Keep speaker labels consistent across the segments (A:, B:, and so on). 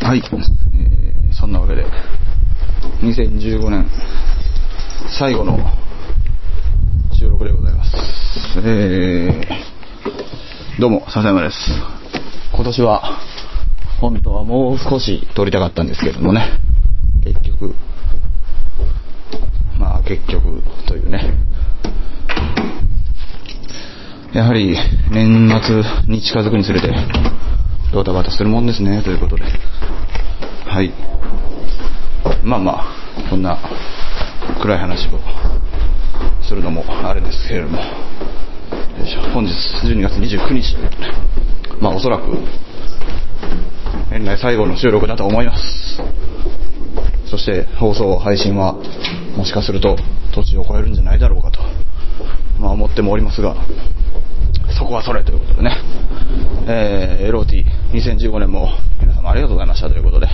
A: はい。えーそんなわけで、2015年最後の収録でございます。えーどうも、笹山です。今年は、本当はもう少し撮りたかったんですけどもね、結局、まあ結局というね、やはり年末に近づくにつれて、ドタバタするもんですね、ということで。はい。まあまあ、こんな暗い話をするのもあれですけれども、よいしょ本日12月29日ということで、まあおそらく、年内最後の収録だと思います。そして放送、配信は、もしかすると、土地を超えるんじゃないだろうかと、まあ思ってもおりますが、そこはそれということでね、えー、LOT2015 年も皆様ありがとうございましたということで、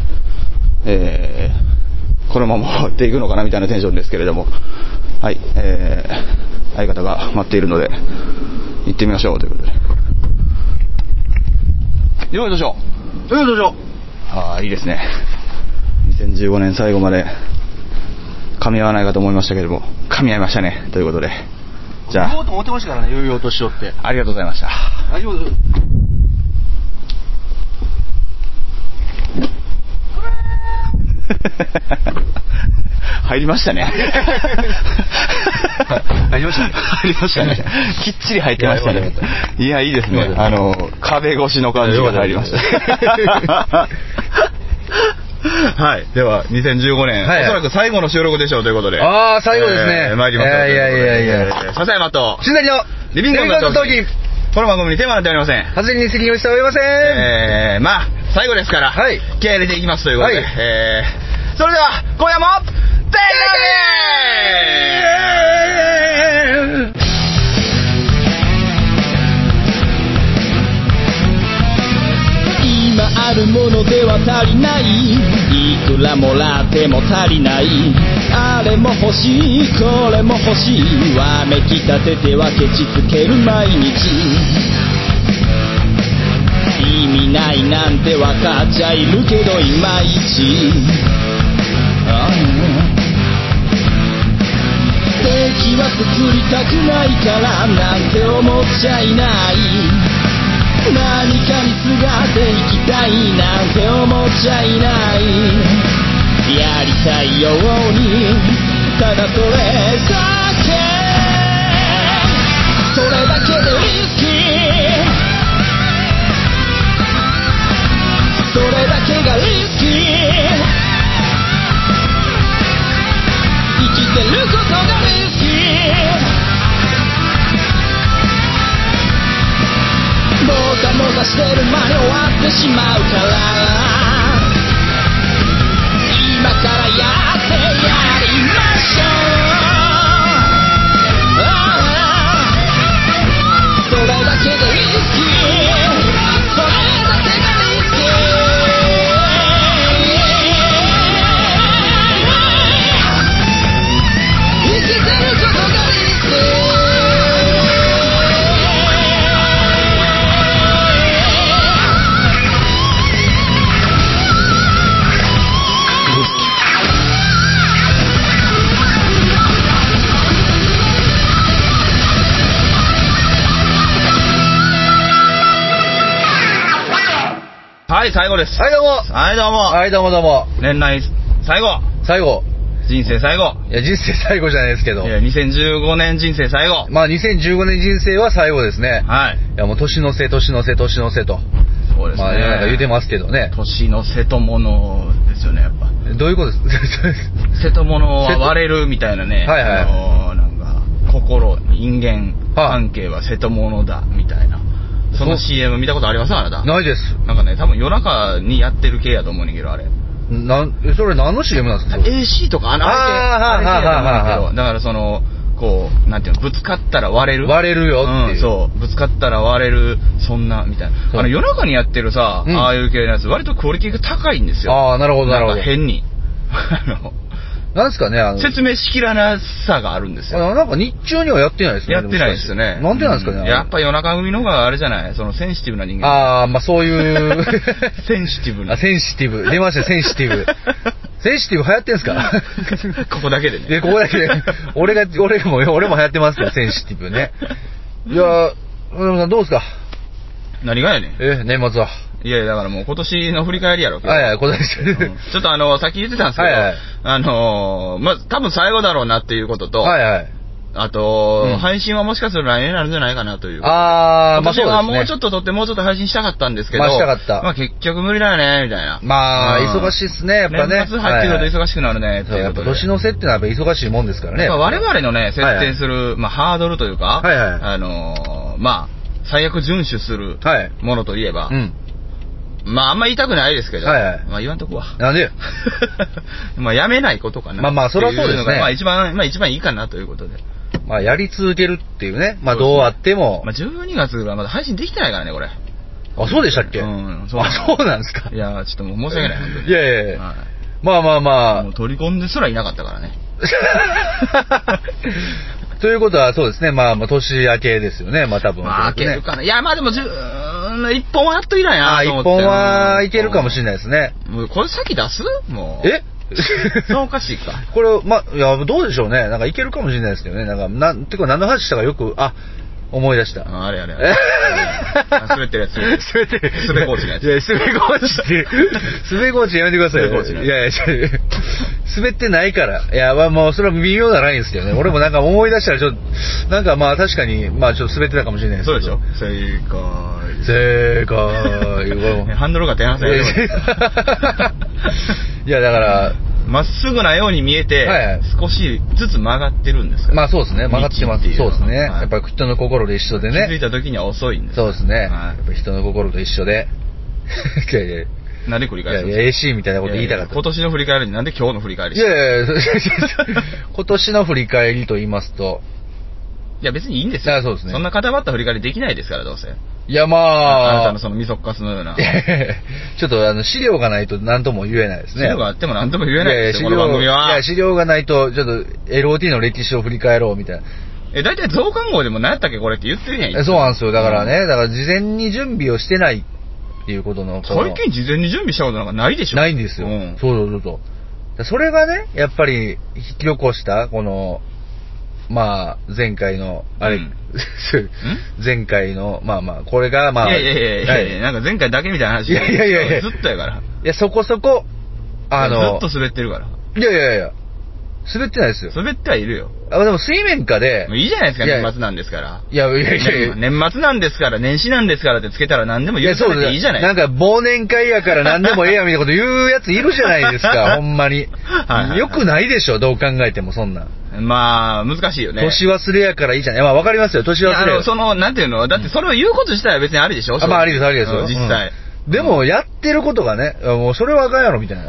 A: えー、このまま終わっていくのかなみたいなテンションですけれども、はい、えー、相方が待っているので、行ってみましょうということで。よいしょ。よいしょ。ああ、いいですね。2015年最後まで、噛み合わないかと思いましたけれども、噛み合いましたね。ということで。じゃ
B: 言おう
A: あ、
B: と思ってましたからね、余裕としようって。
A: ありがとうございました。
B: 大丈夫です。
A: 入りましたね。
B: 入りましたね
A: 入りましたね。きっちり入ってましたね。いや、いいです
B: よか
A: ね
B: っ。た
A: あの、壁越しの感じが入りました。はい。では、2015年、
B: はい
A: おそらく最後の収録でしょうということで。
B: あー最後ですね
A: えー参りましょ
B: い
A: う。
B: やいやいやいや
A: とうことでえー笹山と、
B: 新なりの
A: リビングの
B: の
A: ト
B: トー
A: ーキ
B: キ
A: ン
B: ン。
A: この番組にテーマなんてありません。
B: 発言に責任をしておりません。
A: えー、まあ、最後ですから、
B: はい
A: 気合い入れていきますということで、
B: はい
A: えー、それでは、今夜も、テイクアウェイ
C: 今あるものでは足りないいくらもらっても足りないあれも欲しいこれも欲しいわめきたててはケチつける毎日意味ないなんてわかっちゃいるけどいまいちああ敵は作りたくないからなんて思っちゃいない何かにすがっていきたいなんて思っちゃいないやりたいようにただそれだけそれだけでリスキーそれだけがリスキー生きてることがリスキーもたもたしてる間に終わってしまうから今からやってやりましょうああそれだけでリスキーそれだけがリスキー生きてることがリスキー
A: はい、最後です。
B: はい、どうも。
A: はい、どうも。
B: はい、どうもどうも。
A: 年内最後、
B: 最後。
A: 人生最後、
B: いや、人生最後じゃないですけど
A: い。や2015年人生最後。
B: まあ、2015年人生は最後ですね。
A: はい、
B: いや、もう年の瀬、年の瀬、年の瀬と。
A: そうですね。
B: まあ、なんか言うてますけどね。
A: 年の瀬戸物ですよね、やっぱ。
B: どういうことです
A: 瀬戸物は割れるみたいなね、
B: はいはい
A: あのーなんか、心、人間
B: はい
A: 関係は瀬戸物だ、みたいな。その
B: そ
A: CM 見たことありますあなた。
B: ないです。
A: なんかね、多分夜中にやってる系やと思うねんけど、あれ。
B: なん、えそれ何の CM なんですかそれ
A: AC とか、あの、
B: あー
A: あれ系あれ系やと思う
B: はあはあはあはあ
A: んだけど、だからその、こう、なんていうの、ぶつかったら割れる。
B: 割れるよっていう。
A: んそう。ぶつかったら割れる、そんな、みたいな。
B: そう
A: あの、夜中にやってるさ、
B: うん
A: ああいう系のやつ、割とクオリティが高いんですよ。
B: ああ、なるほど、なるほ
A: ん
B: ど
A: か。変に。あの、
C: なんですかね、あの、
A: 説明しきらなさがあるんですよ。
C: あなんか日中にはやってないですね。
A: やってないですよね。
C: なんでなんですかね。
A: うやっぱ夜中組の方があれじゃないそのセンシティブな人間。
C: ああ、まあそういう。
A: センシティブな。
C: あ、センシティブ。出ましたよ、センシティ ブ。センシティブ流行ってんすか
A: ここだけでね。
C: で、ここだけで、俺が、俺も、俺も流行ってますから、センシティブね。いやー、村山さんどうですか
A: 何がやねん。
C: え、年末は。
A: いやだからもう今年の振り返りやろ。今日
C: はいはい、答えですよ
A: うんちょっとあの、さっき言ってたんですけど、
C: はいはい
A: あのーまず多分最後だろうなっていうことと、
C: はいはい。
A: あと、
C: うん
A: 配信はもしかすると来年になるんじゃないかなという。
C: あー、ま
A: 今
C: あそ
A: 年
C: うです
A: は
C: ね。
A: もうちょっと撮って、もうちょっと配信したかったんですけど。
C: まあしたかった
A: まあ結局無理だよね、みたいな。
C: まあ、
A: うん
C: 忙しいっすね、やっぱね。
A: 年末入ってくると
C: はい
A: 忙しくなるね、って
C: そう
A: いう
C: やっ
A: こと
C: ぱ
A: で。
C: 年の瀬ってのはやっぱ忙しいもんですからね。
A: まあ我々のね、設
C: はいは
A: 定
C: い
A: する、まあハードルというか、
C: はいはい
A: あのーまあ、最悪遵守する
C: はい。
A: ものといえば、
C: うん。
A: まああんま言いたくないですけど、
C: はいはい
A: まあ言わんとこは。
C: なんで
A: まあやめないことかな。
C: まあまあそれはそうですね
A: っていのがまあ一番、まあ一番いいかなということで。
C: まあ、やり続けるっていうね。まあ、
A: そうです
C: ど
A: ね
C: うあっても。
A: まあ12月はまだ配信できてないからね、これ。
C: あ、そうでしたっけ
A: うんそう
C: あ、そうなんですか。
A: いやーちょっともう申し訳ない、本当に。
C: いやいやいや
A: は
C: まあまあま
A: もう
C: あ。
A: 取り込んですらいなかったからね。
C: ということは、そうですね。まあ、まあ、年明けですよね。まあ、多分。
A: まあ、
C: そ
A: 開
C: うです
A: け
C: ね
A: るかな。いや、まあでも、じゅうーん一本はやっといない
C: あ
A: な
C: ー
A: と思
C: 一
A: って。
C: 本はいけるかもしれ
A: い。
C: ないですね。
A: もうこれ先出すもう。
C: え
A: そうおかしいか。
C: これ、まあ、いや、どうでしょうね。なんかいけるかもしれないですけどね。なんか、なん、ていうか、何の話したかよく、あ、思い出した。
A: ああれあれあ
C: え
A: れ。あ滑ってるやつ。
C: 滑ってる。
A: 滑コーチのやつ
C: いや、滑コーチって、滑コーチやめてくださいよ。
A: 滑コーチのやつ
C: いやいや、違う滑ってないから。いや、まあもうそれは微妙なラインですけどね。俺もなんか思い出したらちょっと、なんかまあ確かに、まあちょっと滑ってたかもしれないですけ
A: そう
C: ど。
A: でしょ正
C: 正解。
A: 解。ハンドルが手離さないい
C: や い やいや、だから、
A: まっすぐなように見えて、
C: はいはい
A: 少しずつ曲がってるんですよ
C: まあそうですね。曲がってます。
A: 道っていうのは
C: そうですね。
A: はい
C: やっぱり人の心で一緒で
A: 気づい
C: ね。
A: た時には遅いんです
C: そうですね。
A: は
C: やっぱ人の心と一緒 で。いやいや。
A: いなんで繰り
C: い
A: 返
C: や
A: すん
C: い
A: です
C: や、
A: か
C: AC みたいなこと言いた
A: や
C: かっ
A: や
C: た。
A: 今年の振り返りになんで今日の振り返り
C: い
A: して
C: やいやいや、 今年の振り返りと言いますと、
A: いや別にいいんですよ。
C: あそうですね
A: そんな固まった振り返りできないですから、どうせ。
C: いや
A: あな
C: ま
A: た
C: あ
A: の、そのみそっかすのような。
C: いやいやいやちょっとあの資料がないと何とも言えないですね。
A: 資料があっても何とも言えないですよ、こ
C: や
A: の
C: や
A: 番組
C: い
A: は
C: や、。資料がないと、ちょっと LOT の歴史を振り返ろうみたいな。
A: え、大体増刊号でも何やったっけこれって言ってるや
C: え
A: ん。
C: そうなんですよ。だからね、だから事前に準備をしてないっていうことの、この
A: 最近事前に準備したことなんかないでしょ
C: ないんですよ。
A: うん。
C: そうそうそうそう。だそれがね、やっぱり引き起こした、この、まあ、前回の、あれ、
A: うん
C: 前回の、まあまあ、これが、まあ、
A: いやいやいやいやいや、
C: はい
A: なんか前回だけみたいな話。
C: いやいやいやいや
A: ずっとやから。
C: いやそこそこ、あの、
A: ずっと滑ってるから。
C: いやいやいや、滑ってないですよ。
A: 滑ってはいるよ。
C: あ、でも水面下で
A: もう、いいじゃないですか、
C: いやいや
A: 年末なんですから。
C: いやいやいやいや、
A: 年末なんですから、年始なんですからってつけたら何でも
C: い
A: 許
C: や
A: さ
C: そう
A: れ
C: です
A: ていいじゃないですか
C: なんか忘年会やから何でもええやみたいなこと言うやついるじゃないで すか、ほんまに
A: はいは。い
C: よくないでしょ、どう考えてもそんなん。
A: まあ、難しいよね。
C: 年忘れやからいいじゃない。まあ、わかりますよ。年
A: い
C: 忘
A: やあ
C: れ
A: の、。その、なんていうのだってそれを言うこと自体は別にありでしょ
C: あまあ、ありです、ありです
A: う
C: よ。
A: ん実際。
C: うん。でも、やってることがね、あもうそれはあかんやろ、みたいな。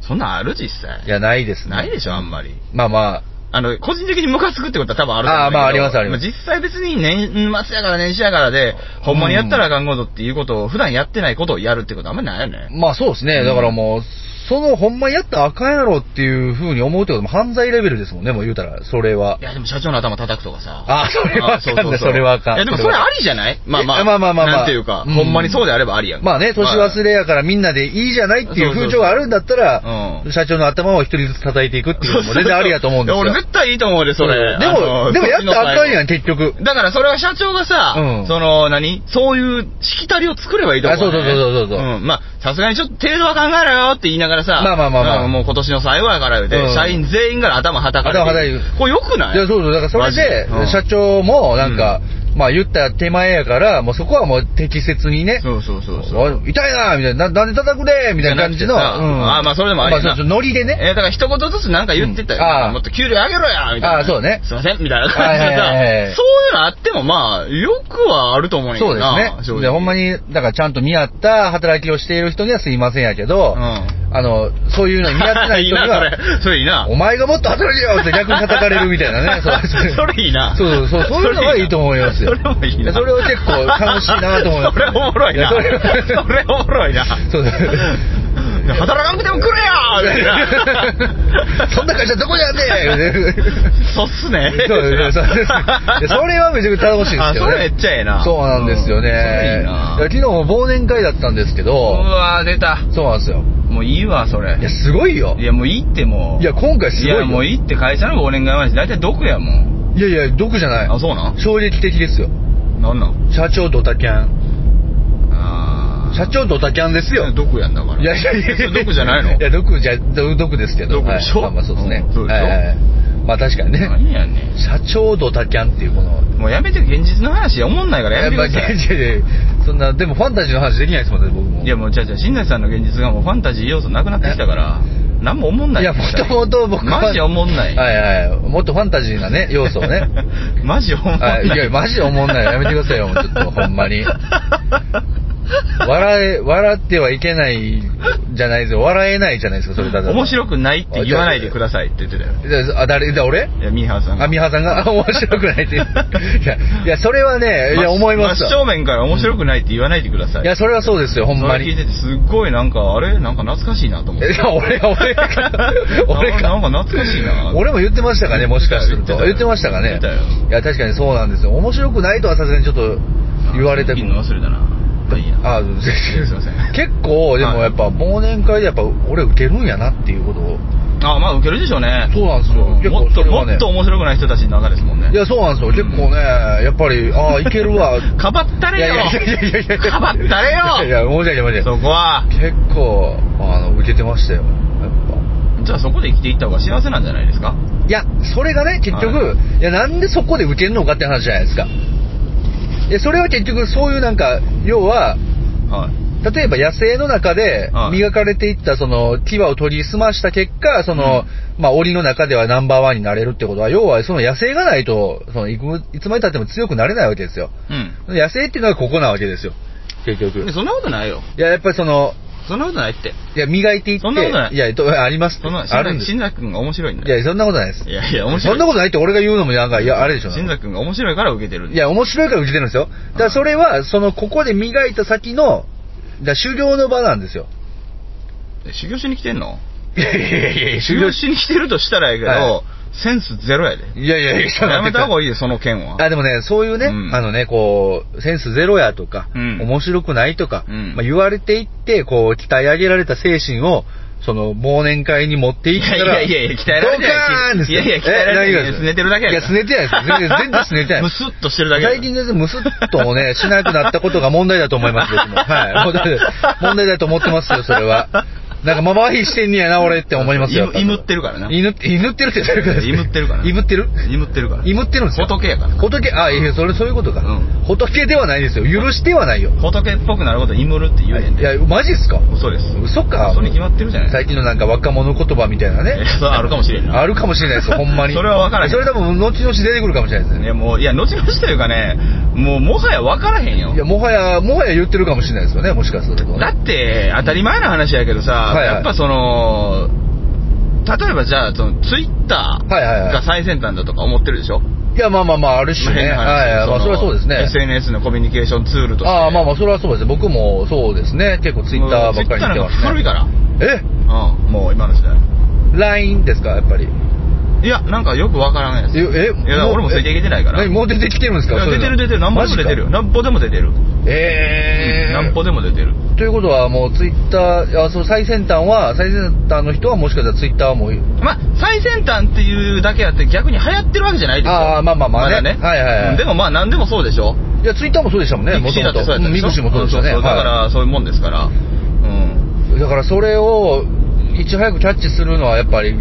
A: そんなんある実際。
C: いや、ないですね。
A: ないでしょ、あんまり。
C: まあまあ、
A: あの、個人的にムカつくってことは多分あると思う
C: あーまあありますあります
A: 実際別に年末やから年始やからで、ほんまにやったらあかんことっていうことを、普段やってないことをやるってことはあんまりないよね。
C: まあそうですね。だからもう、その、ほんまやったらあかんやろっていうふうに思うってことも犯罪レベルですもんね、もう言うたら、それは。
A: いや、でも社長の頭叩くとかさ。
C: あそれはあかんな
A: あううう
C: それはあかん
A: いや、でもそれありじゃないまあまあ。
C: えまあまあまあまあ
A: なんていうか、
C: うん
A: ほんまにそうであればありやん。
C: まあね、年忘れやからみんなでいいじゃないっていう風潮があるんだったら
A: う、ん
C: 社長の頭を一人ずつ叩いていくっていうのも全然ありやと思うんですよ。
A: いや俺絶対いいと思うで、それ。
C: で
A: あ
C: も、
A: の
C: でもやったらあかんやん、
A: そっちの最後
C: 結局。
A: だからそれは社長がさ、
C: うん
A: その、何そういうしきたりを作ればいいと思う、ね。
C: あそうそうそうそうそう
A: うん。まあ、さすがにちょっと程度は考えろよって言いながらさ、
C: まあまあまあまあ
A: うんもう今年の最後やから言うて、
C: うん
A: 社員全員から頭はたかれて。
C: 頭叩いて
A: これ良くない
C: いや、そうそう。だからそれで、
A: マジ
C: 社長も、なんか、まあ言った手前やから、もうそこはもう適切にね、
A: うんそうそうそうそう。
C: おい痛いなみたいな、ななんで叩くねみたいな感じの、
A: じゃなくてさあまあそれでもありやな
C: まそうそうノリで
A: えー
C: ね。
A: だから一言ずつなんか言ってたよ、
C: うんああ
A: もっと給料上げろやみたいな。
C: ああそうね
A: すいませんみたいな感じでさ、
C: はいはいはいはい
A: そういうのあってもまあ、よくはあると思うんやけ
C: そ
A: ど
C: うで
A: な。
C: す
A: 正直
C: ね。で、ほんまに、だからちゃんと見合った働きをしている人にはすいませんやけど、
A: う
C: あの、そういうの見合ってない人に は、
A: いいな、それ。それいいな。
C: お前がもっと働けよって逆に叩かれるみたいなね。う
A: それいいな。
C: そうそうそう、そういうのはいいと思いますよ。
A: それもいいな。
C: それは結構楽しいなと思います。
A: それおもろいな。
C: やそれは
A: それおもろいな。
C: そうだ
A: 働かなくても来れやある な
C: そんな会社どこにあんねん
A: そうっす ね
C: そうですねそうですねそれはめちゃくちゃ楽しいですけど
A: あそ
C: ね
A: れめっちゃええな
C: そうなんですよね、
A: うんそれいいない
C: や昨日も忘年会だったんですけ
A: う
C: ど
A: わ出た
C: そうなんですよ
A: もういいわそれ
C: いやすごいよ
A: いやもういいってもう
C: いや今回すごいよ
A: やもういいって会社の忘年会話大体毒やもん
C: いやいや毒じゃない
A: あそうなん
C: 衝撃的ですよ
A: なんなん
C: 社長ドタキャン
A: あー
C: 社長ドタキャンですよ
A: 毒やんだから
C: いやいやいや
A: それ毒じゃないの
C: いや毒じゃ毒毒ですけど
A: 毒でしょ
C: はいまあまあそうですね、
A: うんそうでしょ
C: はいはいはいまあ確かにね
A: 何やね
C: 社長ドタキャンっていうこの
A: んもうやめて現実の話おもんないからやめて
C: まあ
A: ください
C: いやいやいやそんなでもファンタジーの話できないですもんね僕も
A: いやもうじゃじゃ新内さんの現実がもうファンタジー要素なくなってきたから何も思んない
C: いやもともと僕は
A: マジ思んない
C: はいはいもっとファンタジーなね要素をね
A: マジ思んな
C: はいいいやマジ思んないやめてくださいよもうちょっとほんまに笑え笑ってはいけないじゃないですよ笑えないじゃないですかそれだと
A: 面白くないって言わないでくださいって言ってたよ
C: あ誰だ俺
A: いやミーハーさん
C: あ、ミハさんが、あ面白くな いって。いや、いや、それはね、いや、
A: 真
C: 思います
A: 真正
C: わ。
A: 面から面白くないって言わないでください
C: いや、それはそうですよ、ほんまに。
A: そ
C: い
A: れ聞いててすっごいなんかあれなんか懐かしいなと思って
C: や、俺が、俺が、俺
A: な
C: が
A: ん。かなんか懐かしいな
C: 俺も言ってましたかね、もしかすると。言
A: 言
C: っ
A: ってて
C: ま
A: ま
C: し
A: したた
C: か
A: よ
C: ね
A: 言ってたよ。
C: いや、確かにそうなんですよ。面白くないとはさすがにちょっと言われて
A: 聞いてんの
C: も。
A: 忘れたなまあいいや
C: あ、全然
A: すいません
C: 結構、でもやっぱ、忘年会でやっぱ、俺受けるんやなっていうことを。
A: あまあ受けるでしょうね
C: そうなんですよ結構
A: もっ
C: そ
A: と
C: れは
A: も
C: ね
A: っと面白くない人たちの中ですもんね
C: いや、そうなんですよ。結構ね、やっぱり、ああ、いけるわ。
A: かばった
C: い
A: れ
C: や
A: よ
C: いやいやいやいや
A: かばったれよ
C: いやいや、申し訳ない、申し訳ない。
A: そこは
C: 結構あの受けてましたよやっ
A: じゃあそこで生きていった方が幸せなんじゃないですか
C: ぱいやそれがね結局、、
A: はい
C: やなんでそこで受けるのかって話じゃないですかいやそれは結局そういうなんか要は
A: はい
C: 例えば野生の中で
A: はい
C: 磨かれていったその牙を取り澄ました結果、その、まあ檻の中ではナンバーワンになれるってことは、要はその野生がないと、そのいくいつまで経っても強くなれないわけですよ。
A: うん
C: 野生っていうのがここなわけですよ。結局。
A: で
C: い
A: そんなことないよ
C: や、やっぱりその、
A: そんなことないって
C: いや、磨いていって、
A: そんなことない
C: や、とありますって
A: そんな
C: あるんです
A: 新崎君が面白いん
C: い
A: だよ
C: や、そんなことないです。
A: いやいや面白い
C: そんなことないって俺が言うのもなんか、いや、あれでしょ。
A: 新崎君が面白いから受けてるん
C: い
A: だよ
C: や、面白いから受けてるんですよ。だからそれは、その、ここで磨いた先の、だから修行の場なんですよ。
A: 修行しに来てんの
C: いやいやいやいや、
A: 修行しに来てるとしたらやけど、
C: は
A: センスゼロやで
C: いやいやいや、ちょっと
A: や
C: 待
A: め
C: って
A: た方がいいよその件は
C: あ、でもね、そういうね、
A: うん
C: あのね、こう、センスゼロやとか、
A: うん
C: 面白くないとか、
A: うん
C: まあ、言われていって、こう、鍛え上げられた精神を、その、忘年会に持っていったら、
A: いやいやいや鍛えられてない
C: ドカーンですよ
A: いやいや鍛えられてない
C: え何がです
A: 寝てるだけや
C: いや、すねてないです。全然、全然すねてないで
A: む
C: す。
A: すっとしてるだけや
C: 最近全然むすっともね、しなくなったことが問題だと思います、僕も。はい。もうだって問題だと思ってますよ、それは。なんか、まばひしてんねやな、俺って思いますよ。
A: いむいむってるからな
C: 犬って、犬ってるってどういうことですか
A: いむってるからない
C: むってる
A: いむってるから
C: いむってるんですよ。
A: 仏やから
C: 仏、あ、いや、それ、そういうことか。
A: うん
C: 仏ではないですよ。許してはないよ。
A: 仏っぽくなることイムルって言うねん
C: い
A: で
C: や、マジっすか
A: 嘘です
C: 嘘か。
A: 嘘に決まってるじゃない
C: 最近のなんか若者言葉みたいなね
A: い。 やそれはあるかもしれんな
C: あるかもしれないですよ、 ほんまに。
A: それは分からへん
C: それ多分、後々出てくるかもしれないです
A: い
C: ね。
A: やもういや後々というかねもうもはや分からへんよ
C: いや、もはや、もはや言ってるかもしれないですよね、もしかするとね。
A: だって当たり前の話やけどさ、
C: はいはい
A: やっぱその例えばじゃあそのツイッター
C: はいはいはい
A: が最先端だとか思ってるでしょ、
C: いや、まあまあまあ、ある種ね。
A: 変な話
C: はいはい。まあ、それはそうですね。
A: SNS のコミュニケーションツールとして
C: ああ、まあまあ、それはそうですね。僕もそうですね。結構ツイッターばっかり見てますね。
A: もう Twitter なんか
C: え
A: 古いから、うん、もう今の時代
C: ?LINE ですかやっぱり。
A: いやなんかよくわからないです
C: え
A: いや俺もついていけてないから
C: 何、もう出てきてるんです
A: い
C: か
A: や
C: そうい
A: 出て
C: う
A: る
C: の
A: 出てる何ぼでも出てる
C: マジか
A: 何ぼでも出てる、
C: ええ
A: 何ぼでも出てる
C: ということは、もうツイッター、あその最先端は、最先端の人はもしかしたらツイッターも、
A: まあ最先端っていうだけあって逆に流行ってるわけじゃないですよ
C: ああまあまあまあね
A: だね
C: はいはいはい
A: うんでもまあ何でもそうでしょ
C: いや、ツイッターもそうでしたもんね、
A: ミクシーだってそうやった
C: う
A: で
C: んミ
A: しょ
C: クシーもそうでしたね。
A: んそうそうだから、
C: は
A: そういうもんですからうん
C: いだからそれを、いち早くキャッチするのはやっぱり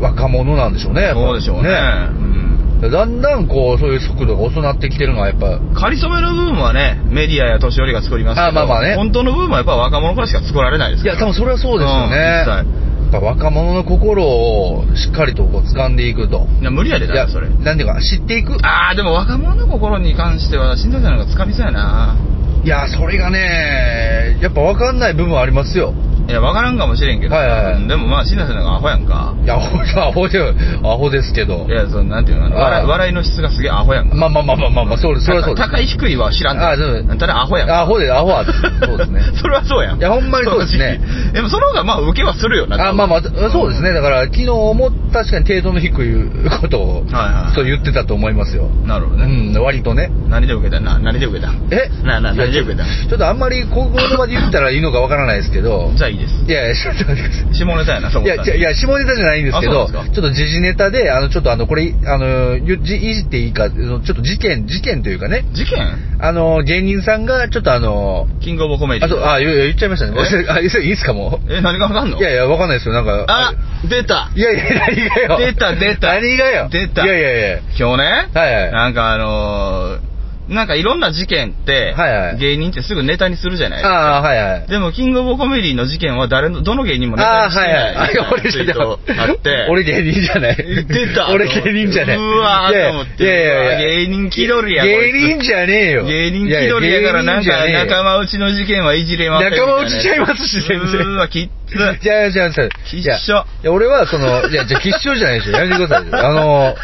C: 若者なんでしょうね。やっぱり
A: そうでしょうねうん
C: だんだんこう、そういう速度が遅なってきてるのはやっぱ、
A: かりそめの部分はねメディアや年寄りが作りますけど
C: あまあまあね
A: 本当の部分はやっぱ若者からしか作られないです
C: い
A: から
C: や、多分それはそうですよね。や
A: ん実際
C: っぱ若者の心をしっかりとこう掴んでいくと。
A: いや無理やで
C: い
A: だからそれ
C: なんていうか、知っていく。
A: ああでも若者の心に関しては新崎さんの方がつかみそうやない
C: や、それがね、やっぱ分かんない部分はありますよ。
A: いや、わからんかもしれんけど、
C: はいはいはい
A: でもまあ、しなさんの方がアホやんか。
C: いや、ほら、アホで、アホですけど
A: い。や、その、なんていうの、あの
C: はい
A: 笑い笑いの質がすげえアホやんか。
C: まあまあまあまあまあまあ、そうです、それはそうです。
A: 高い低いは知らん
C: あそう
A: でただアホやんか。
C: アホで、アホは、そうですね。
A: それはそうやん。
C: いやほんまにそうですね
A: 正直でもその方がまあ、受けはするよな。
C: あまあまあ、そうですね。だから、昨日も確かに程度の低いことを、
A: はいはい
C: そう言ってたと思いますよ。
A: なるほど
C: う
A: ね。
C: ん、割とね。
A: 何で受けたな、何で受けた
C: え
A: な、な、何で受けた
C: ちょっとあんまり、こういうの場で言ったらいいのかわからないですけど、
A: じゃあいいです。
C: いやいや、ちょっと待ってください。
A: 下ネタやな、そこ
C: いや、いやいや、下ネタじゃないんですけど、
A: あそう
C: ちょ
A: なん
C: っ
A: です
C: と時事ネタで、あの、ちょっとあの、これ、あの、ゆじいじっていいか、そのちょっと事件、事件というかね、
A: 事件
C: あの、芸人さんが、ちょっとあの、
A: キングオブコメディ
C: あ、そう、あ、言う言っちゃいましたね。
A: え
C: ごめんなさいあ、それいいですか、も
A: え、何がわかん
C: う。
A: の
C: いやいや、わかんないですよ、なんか。
A: あ、出た
C: いやいや、何が
A: 出
C: よ。
A: た出た
C: 何がよ。
A: 出た
C: いやいやいや。
A: 今日ね、
C: はいはい
A: なんかあのーなんかいろんな事件って、
C: はいはい
A: 芸人ってすぐネタにするじゃないですか。
C: ああ、はいはい。
A: でも、キングオブコメディの事件は誰の、どの芸人もネタ
C: ああ、
A: にして
C: は
A: ないい。
C: はい。あ俺じゃ
A: ツイート
C: な
A: あ
C: い
A: って。
C: 俺芸人じゃない。
A: 出た
C: 俺芸人じゃない。
A: うわ
C: いや
A: ーと思って。
C: いやいやいや。
A: 芸人気取りや
C: 芸人
A: こいつ
C: じゃねえよ。
A: 芸人
C: いやい
A: 気
C: や
A: 取りやから、なん
C: 芸人じゃねえよ
A: か仲間内の事件はいじれませんみたいな。
C: 仲間内ちゃいますし全然
A: うーわ、きっつ。
C: じゃあ、じゃあ、じゃあ、
A: きっ
C: いや
A: しょ
C: いや、俺は、その、いや、じゃあ、きっしょじゃないでしょ。やめてくださいよ。あの、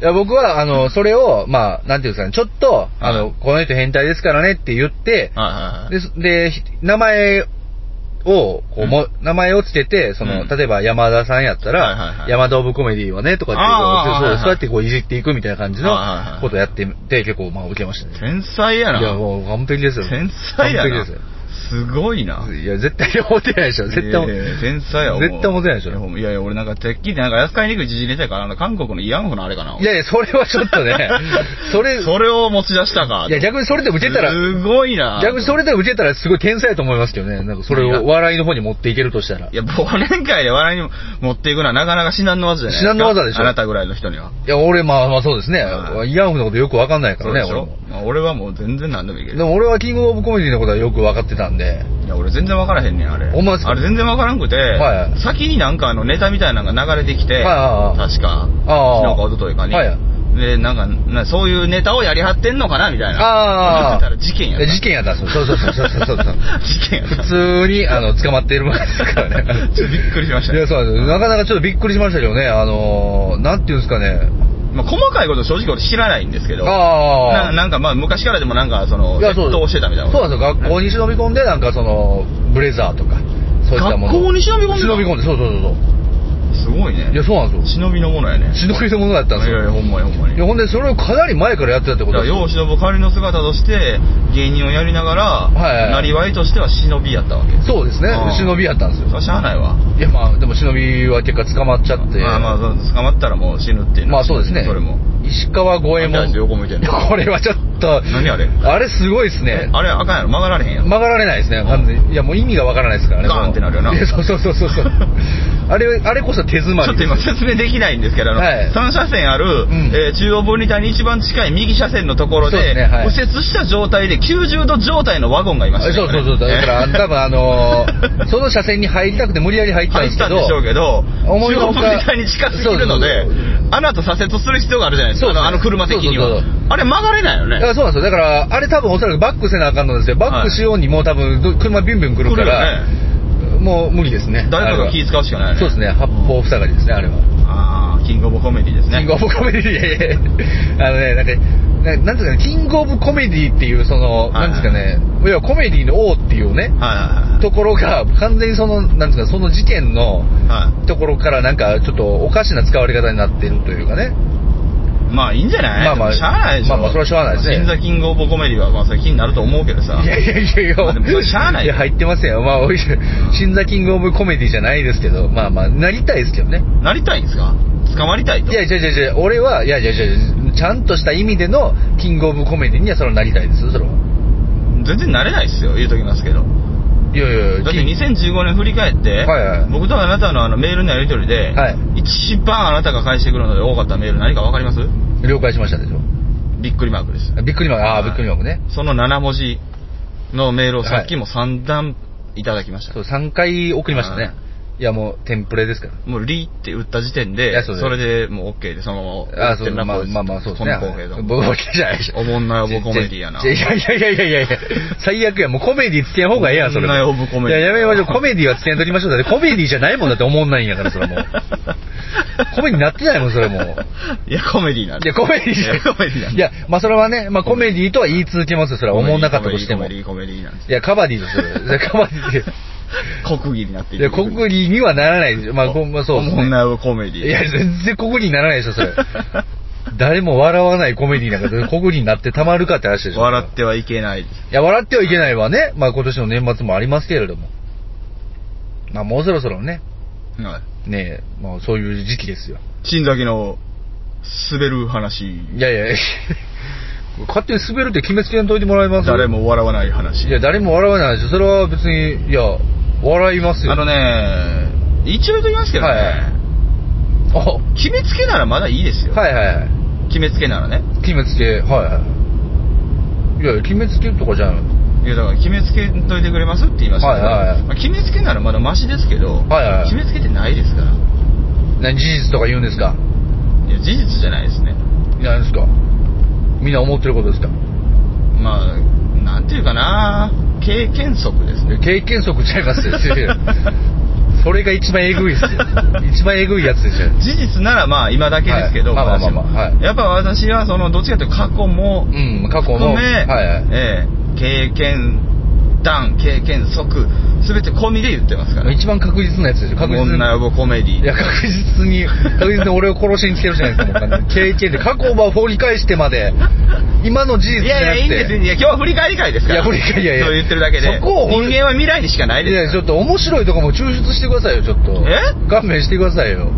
C: いや、僕は、あの、それを、まあ、なんていうんですかね、ちょっと、あの、
A: はい
C: この人変態ですからねって言って、
A: はいはいはい
C: で、そで、ひ名前を、こう、も、名前をつけて、その、
A: うん
C: 例えば山田さんやったら、
A: はいはいはい
C: 山田オブコメディはね、とかって
A: あー
C: こう、そう
A: はいはい
C: で
A: は
C: す
A: い
C: そうやってこう、いじっていくみたいな感じの
A: はいはいはい
C: ことをやってて、結構、まあ、受けましたね。
A: 天才やな。
C: いや、もう完璧ですよ。
A: 天才や
C: 完璧
A: な。
C: ですよ。
A: すごいな。
C: いや、絶対思ってないでしょ。絶対思っ
A: いやいや天才や思う
C: 絶対思ってないでしょ。
A: いやいや、俺なんか、てっきりなんか扱いにくい時事ネタやから、あの、韓国の慰安婦のあれかな。、
C: いやいや、それはちょっとね それ、
A: それを持ち出したか。
C: いや、逆にそれで受けたら、
A: すごいな。
C: 逆にそれで受けたらすごい天才やと思いますけどね。なんかそれ
A: いや
C: を笑いの方に持っていけるとしたら。い
A: いや、忘年会で笑いに持っていくのはなかなか至難の技じゃないすか
C: 至難の業でしょ
A: あなたぐらいの人には。
C: や、俺、まあまあそうですね
A: は。
C: イヤンフのことよくわかんないか
A: そうで
C: らね、
A: し
C: 俺
A: ょ
C: も。
A: まあ俺はもう全然何でもいいけ
C: で
A: ど。
C: も俺はキングオブコメディのことはよくわかってたん で。
A: いや、俺全然わからへんねん、あれ。
C: ほんまですか
A: あれ全然わからんくて、
C: はいはい
A: 先になんかあのネタみたいなのが流れてきて、
C: はいはいはい
A: 確か、
C: ああ
A: 昨日か一昨日かに。
C: はいは
A: で、なんかな、そういうネタをやりはってんのかな、みたいな。
C: ああ
A: 思ってたら事件やった
C: いや事件やったそうそうそうそうそうそ う
A: 事件やった。
C: 普通に、あの、捕まっているものですからね
A: ちょっとびっくりしました
C: い
A: ね
C: や、そうなんです。なかなかちょっとびっくりしましたけどね。あのー、なんていうんですかね。
A: まあ、細かいこと正直俺知らないんですけど。
C: あ
A: な
C: あ。
A: なんかまあ昔からでもなんかその、
C: いや、そう
A: 窃
C: で
A: 盗
C: す
A: してたみたいな。
C: そうなんですよ。学校に忍び込んで、なんかその、ブレザーとか、そういったもの。
A: 学校に忍び込んでた
C: 忍び込んで、そうそうそう
A: すごい
C: そ
A: ね
C: う。。いや、そうなんですよ。
A: 忍びのものやね。
C: 忍びのものだったんです
A: いやいや、
C: よ。
A: ほんまにほんまに。
C: いや、ほんで、それをかなり前からやってたってこと
A: だから
C: ですよ
A: 世を忍ぶ仮の姿として芸人をやりながら、
C: はいはい
A: なりわいとしては忍びやったわけ
C: そうですね
A: あー。
C: 忍びやったんです
A: それは
C: よ。
A: しゃあないわ
C: いや、まあ、でも忍びは結果捕まっちゃって。
A: まあまあそう捕まったらもう死ぬっていうの
C: ま
A: は
C: あそうですね。
A: それも
C: 石川五右衛
A: あんた
C: 門。
A: 横向いてんの
C: これはちょっと。
A: 何あれ
C: あれすごいですね。
A: あれあかんやろ曲がられへんやろ
C: 曲がられないですね、完全に。いや、もう意味がわからないですからね。
A: ガーンってなるよない
C: やそうそうそうそう そう。あれ、あれこそ手詰ま
A: ちょ
C: り
A: っと
C: です。
A: 今説明できないんですけど、あの
C: はい
A: 3車線ある、
C: ん
A: えー中央分離帯に一番近い右車線のところで
C: そうですねはい
A: 右折した状態で90度状態のワゴンがいましたね、
C: そうそうそう。だから、
A: ね
C: 多分 あのーその車線に入りたくて無理やり入っ
A: 入
C: たんで
A: っ
C: す
A: た
C: け
A: ん
C: ど。
A: でしょうけど、
C: 思い
A: 中
C: の
A: 央
C: ほ
A: 分
C: か
A: 離帯に近すぎるので
C: そうそうそう、
A: 穴と左折する必要があるじゃないです
C: そう
A: か、
C: そう
A: あの車的に
C: そう
A: は
C: そうそう。
A: あれ曲がれないよ
C: いや
A: ね。
C: そうなんですよ。だから、あれ多分おそらくバックせなあかんのですよ。バックしようにもう多分、ど車ビュンビュン来るから、
A: 来るよね
C: もう無理ですね。
A: 誰かが気使うしかないよね。
C: そうですね。八方塞がりですね、あれは。
A: ああ、キングオブコメディですね。
C: キングオブコメディ、いやいやいやあのね、なんか、ななんていうかね、キングオブコメディっていう、そ
A: は
C: の、
A: い
C: なんですかね、要はコメディの王っていうね、
A: はいはいはい
C: ところが、完全にその、なんですか、その事件の
A: は
C: ところから、なんか、ちょっとおかしな使われ方になってるというかね。
A: い。まあいいんじゃない
C: まあまあ
A: でもしゃあないでしょ。
C: まあまあそれはしゃあないですね
A: 新座キングオブコメディは、まあそれ気になると思うけどさ。
C: いやいやいやいや、
A: まあでもそれしゃあない
C: いや、入ってませんよ。まあ、おいし新座キングオブコメディじゃないですけど、まあまあ、なりたいですけどね。
A: なりたいんですか捕まりたいと。
C: いやいやいやいや、俺は、いやいやいやいや、ちゃんとした意味でのキングオブコメディにはそれはなりたいですよ、それは。
A: 全然なれないですよ、言うときますけど。
C: いやいやいや、
A: だって
C: キン
A: 2015年振り返って、
C: はいはい
A: 僕とあなたのあのメールのやり取りで、
C: はい
A: 一番あなたが返してくるので多かったメール何かわかります
C: 了解しましたでしょ。
A: びっくりマークです。
C: びっくりマーク、ああ、びっくりマークね。
A: その7文字のメールを
C: はい
A: さっきも3段いただきました。
C: そう、3回送りました
A: は
C: ね
A: い。
C: いやもう、テンプレですから。
A: もうリーって打った時点
C: い
A: で、
C: やそ
A: そう
C: です
A: れでもう OK で、そのまま。
C: あそ
A: やっ
C: う
A: てんな
C: まあ
A: こいつ
C: まあまあそうですね
A: この公平だもん
C: 僕僕じゃないし
A: おもんないオブコメディやな。
C: いやいやいやいやいやいや最悪や。もうコメディつけん方がええやん、それ。
A: おもんないオブコメディ
C: いや、やめましょう。コメディはつけんときましょう。だってコメディじゃないもんだって思んないんやから、それもう。コメディになってないもん、それもう。
A: いや、コメディなん
C: いや、コメディじゃ
A: いやコメディなん
C: いや、まあそれはね、まあコメディとは言い続けますよ。それは思んなかったとして
A: コ
C: も。
A: メディ、
C: い
A: コメディコメディなんです。
C: や、カバディですよ。それカバディで。
A: 国技になってい
C: いや、国
A: 技
C: 技にはならないですよ。まあ、こまあそうですね
A: おもんないオブコメディ。
C: いや、全然国技にならないでしょ、それ。誰も笑わないコメディなんかで、小栗になってたまるかって話でしょ。
A: 笑ってはいけないです。
C: いや、笑ってはいけないわね。まあ今年の年末もありますけれども。まあもうそろそろね、
A: はい
C: ねえ、まあそういう時期ですよ。
A: 新崎の滑る話、
C: いやいや、 勝手に滑るって決めつけんといてもらいます
A: 誰。も笑わない話
C: い。や、誰も笑わないでしょ。それは別に、いや、笑いますよ。
A: あのね、一応言っときますけど
C: はいは
A: ね、
C: あは
A: 決めつけならまだいいですよ。
C: いはいはい。
A: 決めつけならね。
C: 決めつけ、はいはい。いやいや、決めつけとかじゃない
A: いやだから決めつけんといてくれますって言いましたけど、
C: はいはいはい
A: まあ決めつけならまだマシですけど、
C: はいはいはい
A: 決めつけてないですから。
C: 何事実とか言うんですか
A: いや、事実じゃないですね。
C: 何ですかみんな思ってることですか
A: まあ、なんていうかな、経験則です
C: い
A: ね。
C: や経験則ちゃいますよ。 それが一番えぐいっすよ。一番えぐいやつですよ。
A: 事実ならまあ今だけですけど、
C: はいまあまあまあ
A: 私も
C: はい
A: やっぱ私はそのどっちかというと過去も
C: うん、過去
A: 含
C: の。
A: め、
C: はいは
A: ええ経験談経験則全て込みで言ってますから
C: い。一番確実なやつですよ。確実に。
A: 女予防コメディ
C: いや、確実に、確実に俺を殺しに来てるじゃないですか、もう完全に経験で。過去を掘り返してまで、今の事実
A: い
C: じゃ
A: やい
C: な
A: や
C: くて。
A: いいんですいや今日は振り返り会ですから
C: いや振り返りいやいや
A: そう言ってるだけで
C: そこを
A: 人
C: 本当に
A: 間は未来にしかない
C: い
A: です
C: や、ちょっと面白いとこも抽出してくださいよ、ちょっと。
A: え
C: 勘弁してくださいよ。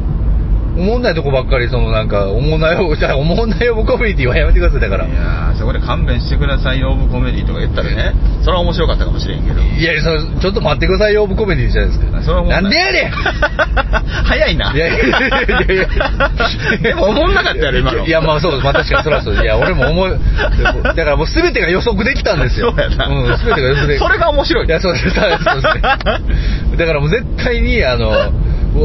C: 思んないとこばっかり、そのなんか、おもんない よ、じゃあ、おもんないよ、コメディはやめてください、だから。
A: いやーそこで勘弁してくださいよコメディとか言ったらねそれは面白かったかもしれんけど
C: いや、そのちょっと待ってくださいよ、オブコメディじゃないですか。
A: それはもう
C: なんでやねん
A: 早いない
C: やいやいやいや
A: でも思んなかったやろ今の
C: いや、まあそう、まあ確かにそらそう。いや、俺も思い、だからもう全てが予測できたんですよ。
A: そうやな、
C: ん、全てが予測でき
A: それが面白い
C: いや、そうです、そうです。そうですだからもう絶対に、あの、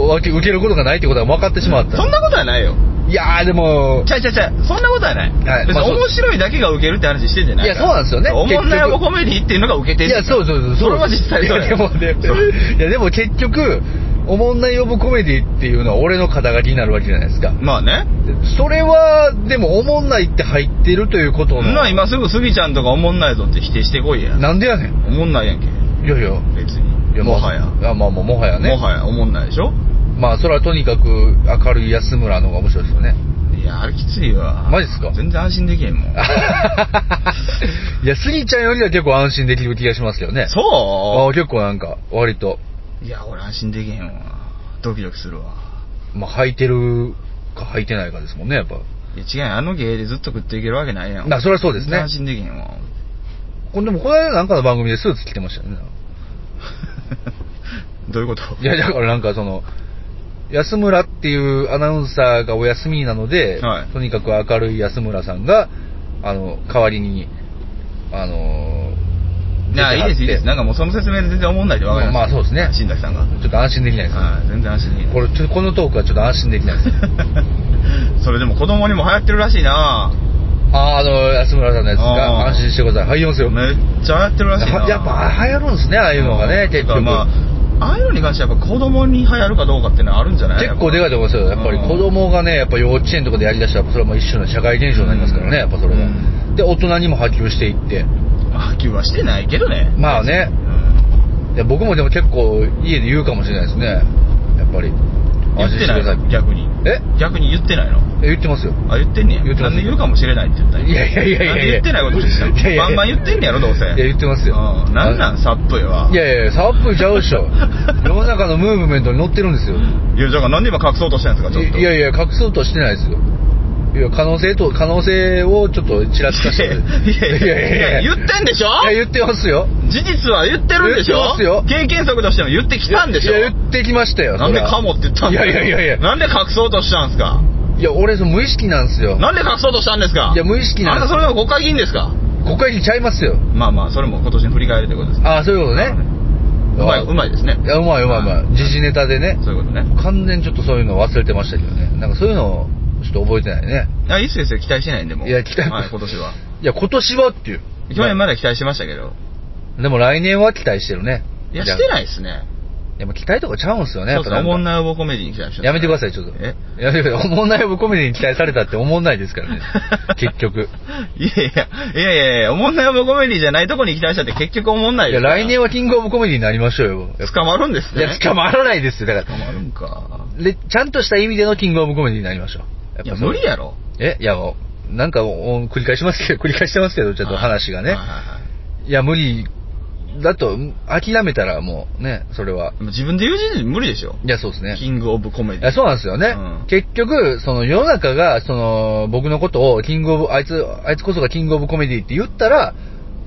C: わけ受けることがないってことは分かってしまっ た。
A: そんなことはないよ
C: いやー、でも、
A: ちゃうちゃうちゃうそんなことはない、
C: はい
A: 別
C: まあ
A: に
C: そう
A: 面白いだけがウケるって話してんじゃないから
C: いやそうなんですよね
A: おもんない
C: 結局
A: コメディっていうのがウケてる
C: いや、そうそうそう。
A: それは実際
C: い
A: そ
C: や、
A: れ
C: でもね、
A: そう
C: いや、でも結局、おもんない呼ぶコメディっていうのは俺の肩書きになるわけじゃないですか。
A: まあね
C: それは、でも、おもんないって入ってるということの。
A: まあ今すぐスギちゃんとかおもんないぞって否定してこいや
C: なんでやねん。
A: おもんないやんけ
C: いやいや。
A: 別
C: い
A: に
C: や
A: もはや、
C: まあ、あまあまあ、もはやね。
A: もはやおもんないでしょ
C: まあ、それはとにかく明るい安村の方が面白いです よね。
A: いやあれきついわ
C: マジっすか
A: 全然安心できへんもん
C: いや、スギちゃんよりは結構安心できる気がしますけどね。あ
A: そ
C: あ結構なんか、割と、
A: ういや俺安心できへんわドキドキするわ
C: まあ、履いてるか履いてないかですもんね、やっぱ。
A: いや違うやんあの芸でずっと食っていけるわけないやん
C: まあそれはそうです
A: 全
C: ね
A: 然安心できへんわ
C: これでも、この間なんかの番組でスーツ着てましたよね。
A: どういうこと
C: いや、だからなんかその、安村っていうアナウンサーがお休みなので、
A: はい
C: とにかく明るい安村さんが、あの、代わりに、あの
A: いや、いいです、いいです。なんかもうその説明で全然思んないで分かります。
C: まあそうですね
A: 新崎さんが。
C: ちょっと安心できないです。
A: はい、全然安心できない
C: これ、ちょっとこのトークはちょっと安心できないです。
A: それでも子供にも流行ってるらしいな
C: あー、あの、安村さんのやつが
A: あー
C: 安心してください。入ります
A: め
C: よ。
A: っちゃ流行ってるらしいな
C: はやっぱ流行るんですね、ああいうのがね、結
A: だから
C: 局。
A: まあ、ああいうのに関してはやっぱ子供に流行るかどうかっていうのはあるんじゃない
C: 結構でかいと思いますよ。やっぱり
A: うん
C: 子供がね、やっぱ幼稚園とかでやりだしたら、それはもう一種の社会現象になりますからね、やっぱそれ
A: う
C: が。
A: ん
C: で、大人にも波及していって。
A: まあ、普及はしてないけどね。
C: まあね
A: う、
C: いや僕もでも結構家で言うかもしれないですね。やっぱり。
A: ん言ってないの逆に。
C: え
A: 逆に言ってないの
C: え言ってますよ。
A: あ、言ってんねや。
C: 言ってます
A: なんで言うかもしれないって言ったん
C: いやいやいやいやいや
A: なんで言ってないことにしたの
C: いやいやいや
A: バンバン言ってんねやろ、どうせ。
C: いや、言ってますよ。
A: うんなんなんサップイはい
C: やいやいや、サップちゃうっ しょ。世の中のムーブメントに乗ってるんですよ。
A: いやじゃあなんで今隠そうとしたんですかちょっと
C: いやいや、隠そうとはしてないですよ。いや、可能性と、可能性をちょっとちらつかして。
A: いやいやいやいや言ってんでしょ
C: いや、言ってますよ。
A: 事実は言ってるんでしょ
C: 言ってま
A: 経
C: す
A: 験則としても言ってきたんでしょ
C: いや、言ってきましたよ。
A: なんでかもって言ったん
C: い
A: です
C: や
A: か
C: いやいやいや。
A: なんで隠そうとしたんですか
C: いや、俺、その無意識なんですよ。
A: なんで隠そうとしたんですか
C: いや無意識なん
A: あ
C: です
A: なたそれでも国会議員ですか
C: 国会議員ちゃいますよ。
A: まあまあそれも今年の振り返りということです
C: ああ、そういうことね。
A: うまい、うまいですね。
C: いや、うまいうまいうまい。時事ネタでね。
A: そういうことね。
C: 完全にちょっとそういうの忘れてましたけどね。なんかそういうのをちょっと覚えてないね。
A: あ、いいっすよ、いいっすよ期待してないんで、もう。
C: いや期待
A: はい、今年は。
C: いや、今年はっていう。
A: 去年まだ期待してましたけど。
C: でも来年は期待してるね。
A: いや、してない
C: い。
A: ですね。
C: でも期待とかちゃうんすよね。
A: そうですね。おもん
C: い。
A: ないボコメディに期待して
C: やめてください、ちょっと。
A: え。
C: やめてください。おもんないコメディに期待されたっておもんないですからね 結局。。
A: いやいや、いやいやいや、おもんないボコメディじゃないとこに期待したって結局おもんない
C: い
A: で
C: や、
A: すから
C: 来年はキングオブコメディになりましょうよ。やっぱ
A: 捕まるんです
C: い
A: ね。
C: や、捕まらないですよ。だか
A: 捕まるんか。
C: ら、でちゃんとした意味でのキングオブコメディになりましょう。やっ
A: い
C: ぱ
A: や、
C: そう
A: 無理やろ。
C: えいや、なんかお繰り返しますけど、繰り返してますけど、ちょっと話がね。
A: はいはいはい
C: いや、無理だと、諦めたらもうね、それは。
A: でも自分で言う時点で無理でしょ。
C: いや、そうですね。
A: キングオブコメ
C: い
A: ディ。
C: やそうなんですよね。
A: うん
C: 結局、その世の中が、その、僕のことを、キングオブ、あいつ、あいつこそがキングオブコメディって言ったら、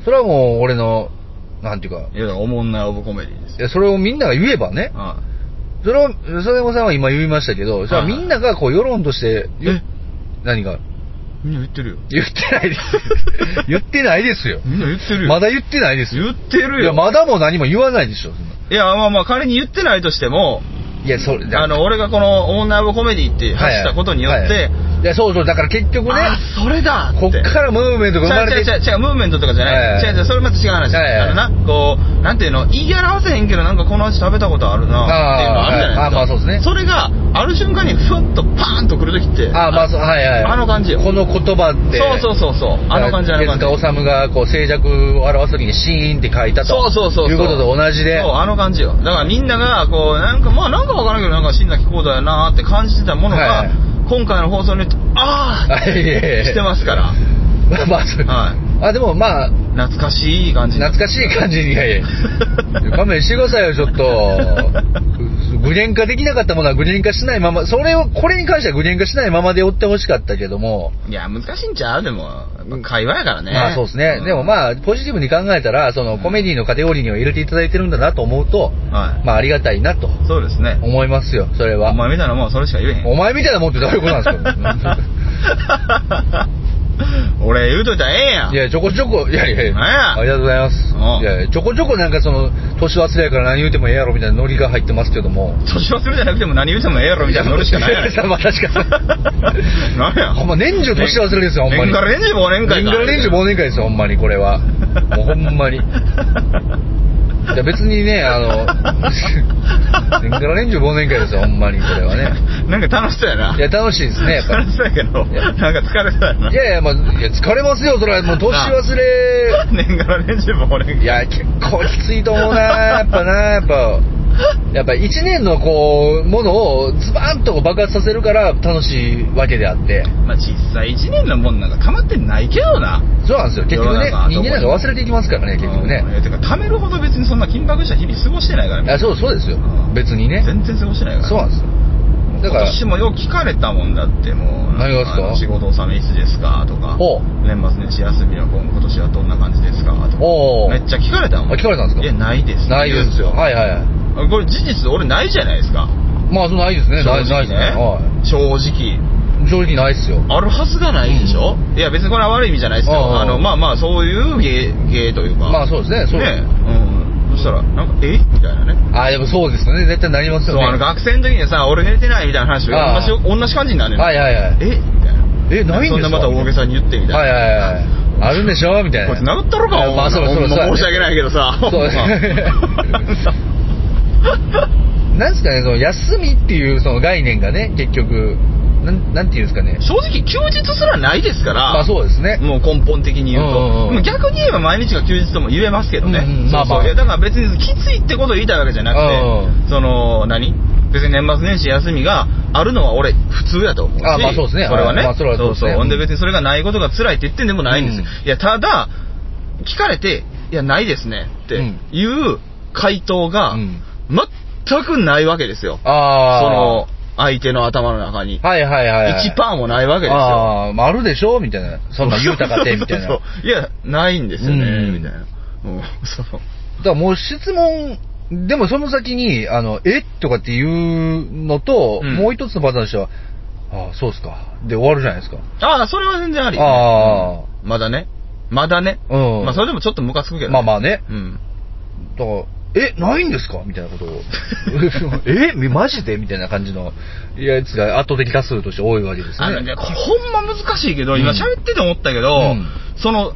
C: それはもう俺の、なんていうか、
A: いや、だからおもんないオブコメディです
C: い。やそれをみんなが言えばね、
A: あ
C: それを、佐山さんは今言いましたけど、じゃあ
A: はいはい
C: みんながこう世論として、言う
A: え
C: 何が
A: みんな言ってるよ。
C: 言ってない です。言ってないですよ。
A: みんな言ってるよ。
C: まだ言ってないですよ。
A: 言ってる
C: い
A: よ。
C: や、まだも何も言わないでしょ。そんない
A: や、まあまあ、仮に言ってないとしても、
C: いや、それ、
A: あの、俺がこのオーナーオブコメディって発したことによっ
C: はい
A: て、
C: はいいや、そうそう、だから結局ね、
A: あ、それだって。
C: こっからムーブメントが生まれ
A: 違
C: て
A: う違う違う、ムーブメントとかじゃな。
C: はいい
A: 違う違う、それまた違う話。
C: はい
A: あのな、こう、なんていうの、言い表せへんけど、なんかこの味食べたことあるな、っていうのあるじゃないですか。
C: あーはいあーまあそうですね
A: それが、ある瞬間にふんとパーンと来るときって、
C: あ、まあ、そうはいはい。
A: あの感じよ
C: この言葉って。
A: そうそうそうそう、あの感じあの感じ。
C: 手塚治虫がこう静寂を表すときにシーンって書いたと。
A: そうそうそうそう。
C: いうことと同じで。
A: そう、あの感じよ。だからみんなが、こう、なんか、まあなんかわからんけど、なんか新崎幸太やなーって感じてたものが、
C: はい
A: 今回の放送によって、あーっ
C: はいいやいやい
A: て
C: や
A: してますから、
C: まあ、そう
A: は
C: あ、でもまあ、
A: 懐かしい感じ。
C: 懐かしい感じに、いやいや。勘弁してくださいよ、ちょっと。具現化できなかったものは具現化しないまま、それを、これに関しては具現化しないままで追ってほしかったけども、
A: いや、難しいんちゃうでも、会話やからね。
C: まあそうですね。でも
A: あ、
C: まあ、ポジティブに考えたら、そのコメディのカテゴリーには入れていただいてるんだなと思うと、
A: はい。
C: まあありがたいなと
A: そうですね。
C: 思いますよ、それ
A: お
C: は。
A: 前みたいなもんそれしか言えへん。
C: お前みたいなもんってどういうことな んですか
A: 俺言うといたらええやん。
C: いや、ちょこちょこ、いやいやい
A: なんや
C: や、ありがとうございます
A: うん。
C: いやいや、ちょこちょこなんかその、年忘れやから何言うてもええやろみたいなノリが入ってますけども。
A: 年忘れじゃなくても何言うてもええやろみたいな乗るしかないやろ
C: まあ確かに。
A: 何や
C: ほんま年中年忘れですよ、ほんま
A: 年
C: に。
A: がら年中忘年会か
C: 年がら年中忘年会ですよ、ほんまに、これ は。もうほんまに。いや、別にね、あの、 年がら年中忘年会ですよ、ほんまに、これはね。
A: なんか楽しそうやない
C: や、楽しいですね、やっぱ り
A: 楽。しそうやけど
C: いや
A: なんか疲れそうやない
C: やいや、まあ、いや疲れますよ、それは。 もう年忘れ。
A: 年がら年中忘年
C: い
A: 会
C: や、結構きついと思うな、やっぱな、やっぱ。やっぱ一年のこう、ものをズバンとこう爆発させるから楽しいわけであって。
A: まあ実際1年のもんなんかたまってないけどな
C: そうなんですよ。結局ね、人間なんか忘れていきますからね、結局ね
A: うん。いやてか貯めるほど別にそんな緊迫した日々過ごしてないから
C: あそう、そうですよ
A: うん。
C: 別にね。
A: 全然過ごしてないから
C: そうなんですよ。だから
A: 今年もよう聞かれたもんだってもう
C: 何がですか
A: あの仕事納めいつですかとか
C: ほう
A: 年末年始休みは今今年はどんな感じですかとか
C: おお。
A: めっちゃ聞かれたもん
C: あ聞かれたんですか
A: いやないです
C: ないですよ。はいはいはい。
A: あこれ事実俺ないじゃないですか
C: まあ、そうないですね。ない
A: 正
C: な
A: 直
C: いですね。
A: ね
C: は
A: 正直
C: い。正直ないっすよ。
A: あるはずがないでしょいや別にこれは悪い意味じゃないですけ
C: あ
A: ど
C: あ
A: あのまあまあそういう芸芸というか
C: まあ、そうですね。そうです
A: ねうんそしたらなんかえみたいなね
C: あ、でもそうですよね。絶対なります
A: そ
C: よ
A: う
C: ね。
A: あの学生の時にさ俺寝てないみたいな話
C: ああ
A: 同じ同じ感じになるの
C: はいはいはい。
A: えみたいな
C: え、ないんです
A: そ
C: か
A: んなまた大げさに言ってみたいな
C: はいはいはい。あるんでしょみたいな。
A: こいつ殴ったろか
C: いや
A: お前
C: まあそうそうそう。
A: ほんま申し訳ないけどさ
C: そう
A: ほんま
C: なんですかね、その休みっていうその概念がね、結局、なん、なんていうんですかね。
A: 正直休日すらないですから
C: まあそうですね。
A: もう根本的に言うと、
C: うんうんうん
A: 逆に言えば毎日が休日とも言えますけどね、
C: うんう
A: そうそ
C: ん
A: う
C: まあまあ
A: いやだから別にきついってことを言いたいわけじゃなくて、
C: うん
A: その何別に年末年始休みがあるのは俺普通やと思うし
C: あまあそうですね
A: それはね、
C: あまあそれはそうですね
A: ほんで別にそれがないことが辛いって言ってんでもないんですよ、
C: う
A: いやただ聞かれて「いやないですね」っていう回答が
C: うん
A: 全くないわけですよ、
C: ああ。
A: その相手の頭の中に、
C: はいはいはいはい。
A: 1パーもないわけですよ
C: ああ、まあ、あるでしょみたいな。そんな言うたかって、みたいな。
A: そうそ
C: だか
A: うそういや、ないんですよ
C: う
A: ね、
C: ん
A: みたいな。うんそう。
C: らもう質問、でもその先に、あの、えとかっていうのと、
A: うん
C: もう一つのパターンとしては、ああ、そうっすか。で終わるじゃないですか。
A: ああ、それは全然あり。
C: あ
A: うんまだね。まだね。
C: うん
A: まあ、それでもちょっとムカつくけどね。
C: まあまあね。
A: うん。
C: だから、え、ないんですかみたいな ことを。え、マジでみたいな感じのやつが圧倒的多数として多いわけですね。
A: あのね、これほんま難しいけど、今
C: うん
A: 喋ってて思ったけど、
C: うん
A: その、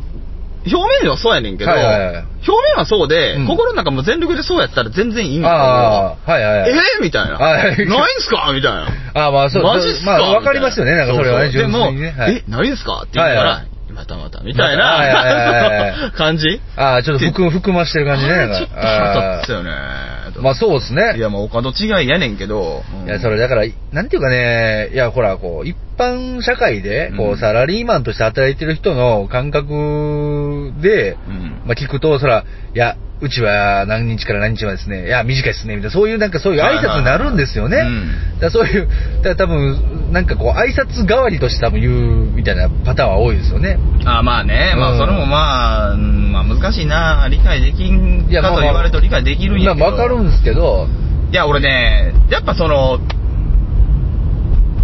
A: 表面ではそうやねんけど、
C: はいはいはい
A: 表面はそうで、
C: うん
A: 心の中も全力でそうやったら全然いいんだ
C: ああ、はいはい
A: け
C: は
A: ど、
C: い。
A: えー、みたいな。
C: はい
A: ないんすかみたいな。
C: ああ、まあそう
A: マジっすか
C: まあわかり
A: みたい
C: ますよね、なんかそれはね、
A: ううでも、
C: ね。はい
A: え、ないんすかって言ったら、
C: はいは
A: またまた、みたい
C: はいはいはいは
A: ない感じ。
C: ああ、ちょっと含む含ましてる感じね。
A: あ
C: な
A: れ
C: ん
A: ちょ
C: か
A: っと腹立つよね。
C: ああまあそうですね。
A: いや、まあ、お門違いやねんけど。うん
C: いや、それだから、なんていうかね、いや、ほら、こう、一般社会で、こ
A: う
C: う、
A: ん
C: サラリーマンとして働いてる人の感覚で、
A: うん
C: まあ聞くと、そら、いや、うちは何日から何日はですね、いや、短いですね、みたいな、そういうなんかそういう挨拶になるんですよね。
A: はいはいはいうん
C: だからそういう、だから多分、なんかこう、挨拶代わりとして多分言う、みたいなパターンは多いですよね。
A: あまあね、ま
C: うん
A: あそれもまあ、うんまあ難しいな、理解できんか
C: いやまあま
A: と
C: あ
A: 言われると理解できるんやけど。
C: まあわかるんですけど、
A: いや、俺ね、やっぱその、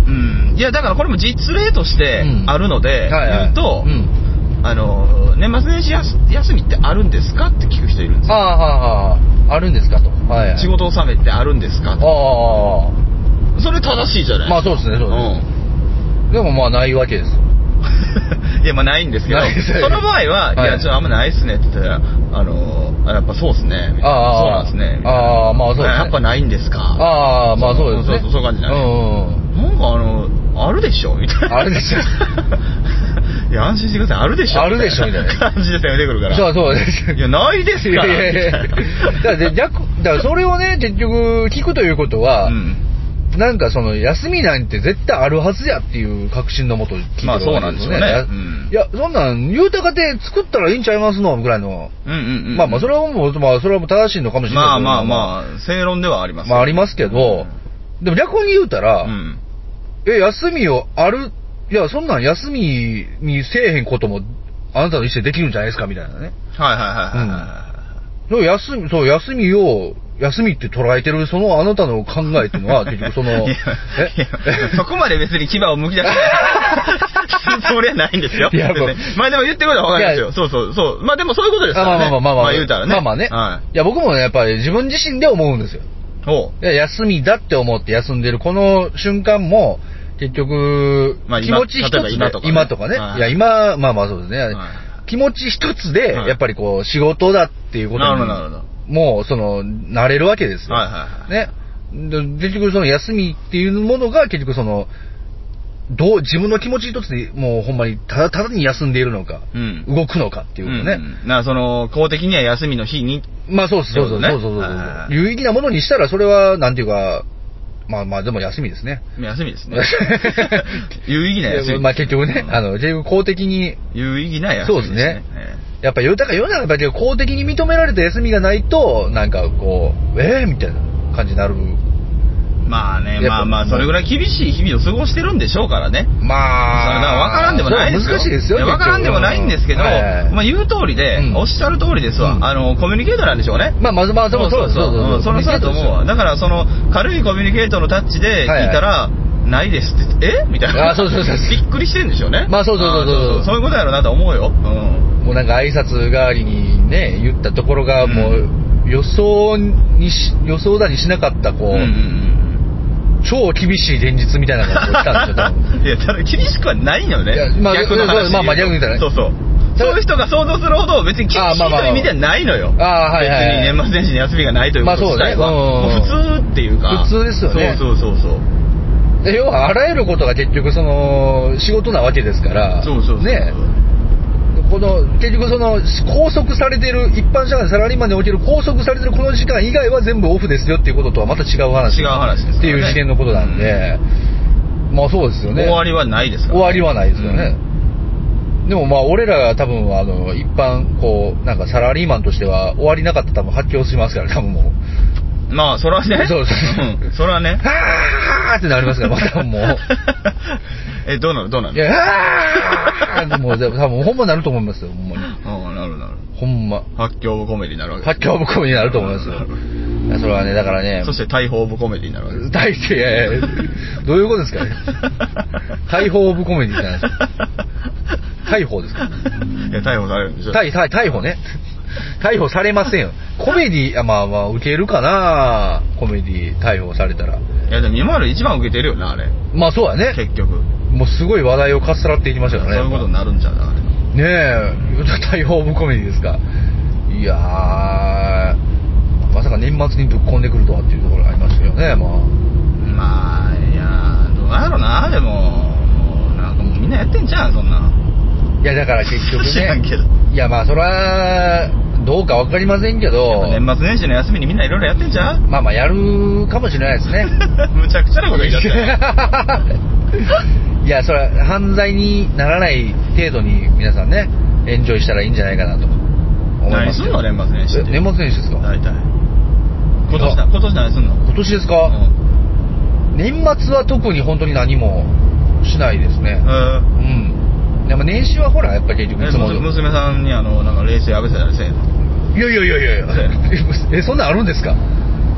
A: うん、いや、だからこれも実例として
C: うん
A: あるので、
C: はいはい
A: 言うと、
C: ん
A: あの、年末年始やす休みってあるんですかって聞く人いるんです
C: あ
A: よ。
C: あ、はあ、はあ、あるんですかと。はい、はい。
A: 仕事納めってあるんですか
C: ああああ、あ
A: それ正しいじゃな
C: あ
A: い
C: まあそうですね、そうですね。でもまあないわけですよ。
A: いや、まあないん ですけど、
C: ないです
A: その場合は、
C: はい
A: い、や、ちょっとあんまないっすねって言ったら、あの、あやっぱそうっすね、みたいなそう
C: あ
A: な
C: あ
A: んすね、みたいな
C: ああまあそうですね
A: やっぱないんですか。
C: ああ、まあそうですね。
A: そうそうそういう感じだね
C: うん
A: なんかあの、あるでしょみたいな。
C: あるでしょ
A: いや、安心してください、あるでしょ
C: あるでしょみたいな
A: 感じで攻めてくるか
C: うん。
A: ら。
C: そうそうです。
A: いや、ないです
C: い
A: か
C: や
A: ら。
C: いやいやだ
A: みたいな
C: からで逆だからそれをね、結局聞くということは、
A: うん
C: なんかその休みなんて絶対あるはずやっていう確信のもと聞いてる
A: まあそうなんですよね
C: わけ
A: うん
C: いや、そんなん言うたかて作ったらいいんちゃいますのぐらいの。
A: うんうんうん。
C: まあまあそれはもう、まあそれはもう正しいのかもしれ
A: ま
C: ない
A: あ
C: けど。
A: まあまあ、正論ではあります。
C: まあありますけど、でも逆に言うたら、
A: うん。
C: え、休みをある、いや、そんなん休みにせえへんことも、あなたの意思でできるんじゃないですかみたいなね。
A: はいはいはいはいはいはい。
C: そう、休み、そう、休みを、休みって捉えてる、そのあなたの考えっていうのは、結局そ の、
A: いやいやそこまで別に牙を剥き 出してない。そりゃないんですよ。
C: いや
A: 別にま
C: まあ
A: あでも言ってることは分かります
C: いや
A: よ。そうそうそう。まあでもそういうことです
C: あ
A: から
C: ま
A: ね。
C: あまあまあまあまあ、
A: 言うたらね。
C: まあまあね。
A: はい
C: や、僕もね、やっぱり自分自身で思うんですよ。
A: い。おう
C: いや休みだって思って休んでるこの瞬間も、結局、
A: まあ
C: 気
A: 今
C: 持ち一つで、
A: 例えば今とかね
C: 今とかね。
A: はい
C: いや、今、まあまあそうですね。
A: い
C: 気持ち一つで、
A: はい
C: やっぱりこう、仕事だっていうこと
A: なるほ
C: に
A: どなるほど、
C: もう、その、慣れるわけですよ。
A: はいはいはい
C: ね。で結局その休みっていうものが、結局その、どう、自分の気持ち一つで、もうほんまに、ただただに休んでいるのか、
A: うん
C: 動くのかっていううんことね。
A: うんなあその、公的には休みの日に。
C: まあそうです、そうそう、
A: そうです
C: そう
A: ね
C: そうそう
A: はいはいはい
C: 有意義なものにしたら、それは、なんていうか、まあまあ、でも休みですね。
A: 休みです ね。 有意義な休み。
C: まあ結局ね、あの、結局公的に、
A: 有意義な休
C: そう
A: み
C: で
A: ですす
C: ね
A: ね。
C: やっぱ豊か世の中だけど公的に認められた休みがないと、なんかこう、ええー、みたいな感じになる。
A: ええまあね、
C: やっぱ
A: まあまあ、それぐらい厳しい日々を過ごしてるんでしょうからね。それだから
C: まあ、
A: 分からんでもないです
C: そ
A: よ。
C: れは難しいですよ。
A: や分からんでもないんですけど、
C: はいはいはい
A: まあ言う通りで、
C: うん
A: おっしゃる通りですわ。
C: うん
A: あの、コミュニケートなんでしょうね。
C: まあ、まずまあ、でもそうそうそう。
A: んそりゃそうだと思うわ。だから、その、軽いコミュニケートのタッチで聞いたら、ないですって言って、えみたいな。
C: あそうそうそうそう
A: びっくりしてんでしょうね。
C: まあそうそうそうそう
A: あそういうことやろうなと思うよ。うん。
C: もうなんか挨拶代わりにね、言ったところが、もう、予想にし、予想だにしなかった、こう、
A: うんうん
C: 超厳しい連日みたいなのが来 たんですよ多分、
A: うん。いや、ただ厳しくはないのよね。
C: いやまあ
A: 逆の
C: そうそう
A: 話。
C: まあまあ逆に言うたらね
A: そうそう。そういう人が想像するほど別に厳しい
C: あまあまあ
A: という意味ではないのよ。
C: ああ、はいはいはい、
A: 別に年末年始に休みがないということ自体は、
C: まあそうねうん
A: もう普通っていうか
C: 普通ですよね
A: そうそうそうそう
C: で要はあらゆることが結局その仕事なわけですから
A: そうそうそう
C: ねこの結局その拘束されてる一般社会のサラリーマンにおける拘束されてるこの時間以外は全部オフですよっていうこととはまた違う話
A: 違う話ですからね
C: っていう次元のことなんで、まあそうですよね
A: 終わりはないですから、
C: 終わりはないですよね、でもまあ俺らが多分あの一般こうなんかサラリーマンとしては終わりなかったら多分発狂しますから多分もう
A: うんまあそれはね
C: そうそう
A: うんそれはね
C: はーってなりますからまた もう
A: えどうなのどうないの
C: や、あーもう、多分、ほんまなると思いますよ、ほんまに。
A: うんなるほどなるほ
C: ほんま。
A: ど発狂オブコメディになるわけ
C: 発狂ぶこになると思いますよ。いやそれはね、だからね
A: そ、して逮捕オブコメディになるわけです
C: 大抵、いやいやどういうことですかね。逮捕オブコメ ディじゃないですか。逮捕ですか
A: いや逮捕されるんでしょ
C: 逮、逮、逮捕ね。 逮捕されませんよ。コメディ、あまあまあ、受けるかなコメディ逮捕されたら。
A: いやでも今まで一番受けてるよなあれ
C: まあそうやね。
A: 結局
C: もうすごい話題をかっさらっていきました
A: そう
C: よね。
A: いうことになるんちゃうなあれ
C: ねえ、 逮捕オブコメディですか。いやー、まさか年末にぶっ込んでくるとはっていうところがありましたけどね、まあ。
A: まあいやどうやろうなでももうなんかもうみんなやってんじゃんそんない
C: や、だから結局
A: 知らんけ
C: ね
A: ど。
C: いや、まあ、そら、どうかわかりませんけど、
A: 年末年始の休みにみんないろいろやってんじゃん
C: まあまあ、やるかもしれないですね。
A: むちゃくちゃなこと言いちゃったよ
C: いや、それは犯罪にならない程度に皆さんね、エンジョイしたらいいんじゃないかなと思いま
A: 何
C: す
A: す
C: け
A: ん
C: ど。
A: の年末年始って
C: え年末年始ですか
A: 大体今年だ今年何すんの
C: 今年ですか、年末は特に本当に何もしないですね。
A: うん
C: うん。でも年始はほら、やっぱり結局いつも
A: え
C: 通り。
A: 娘さんにあのなんか冷静浴びせたりせえへんの
C: いやいやいやいやいやえ、そんなんあるんですか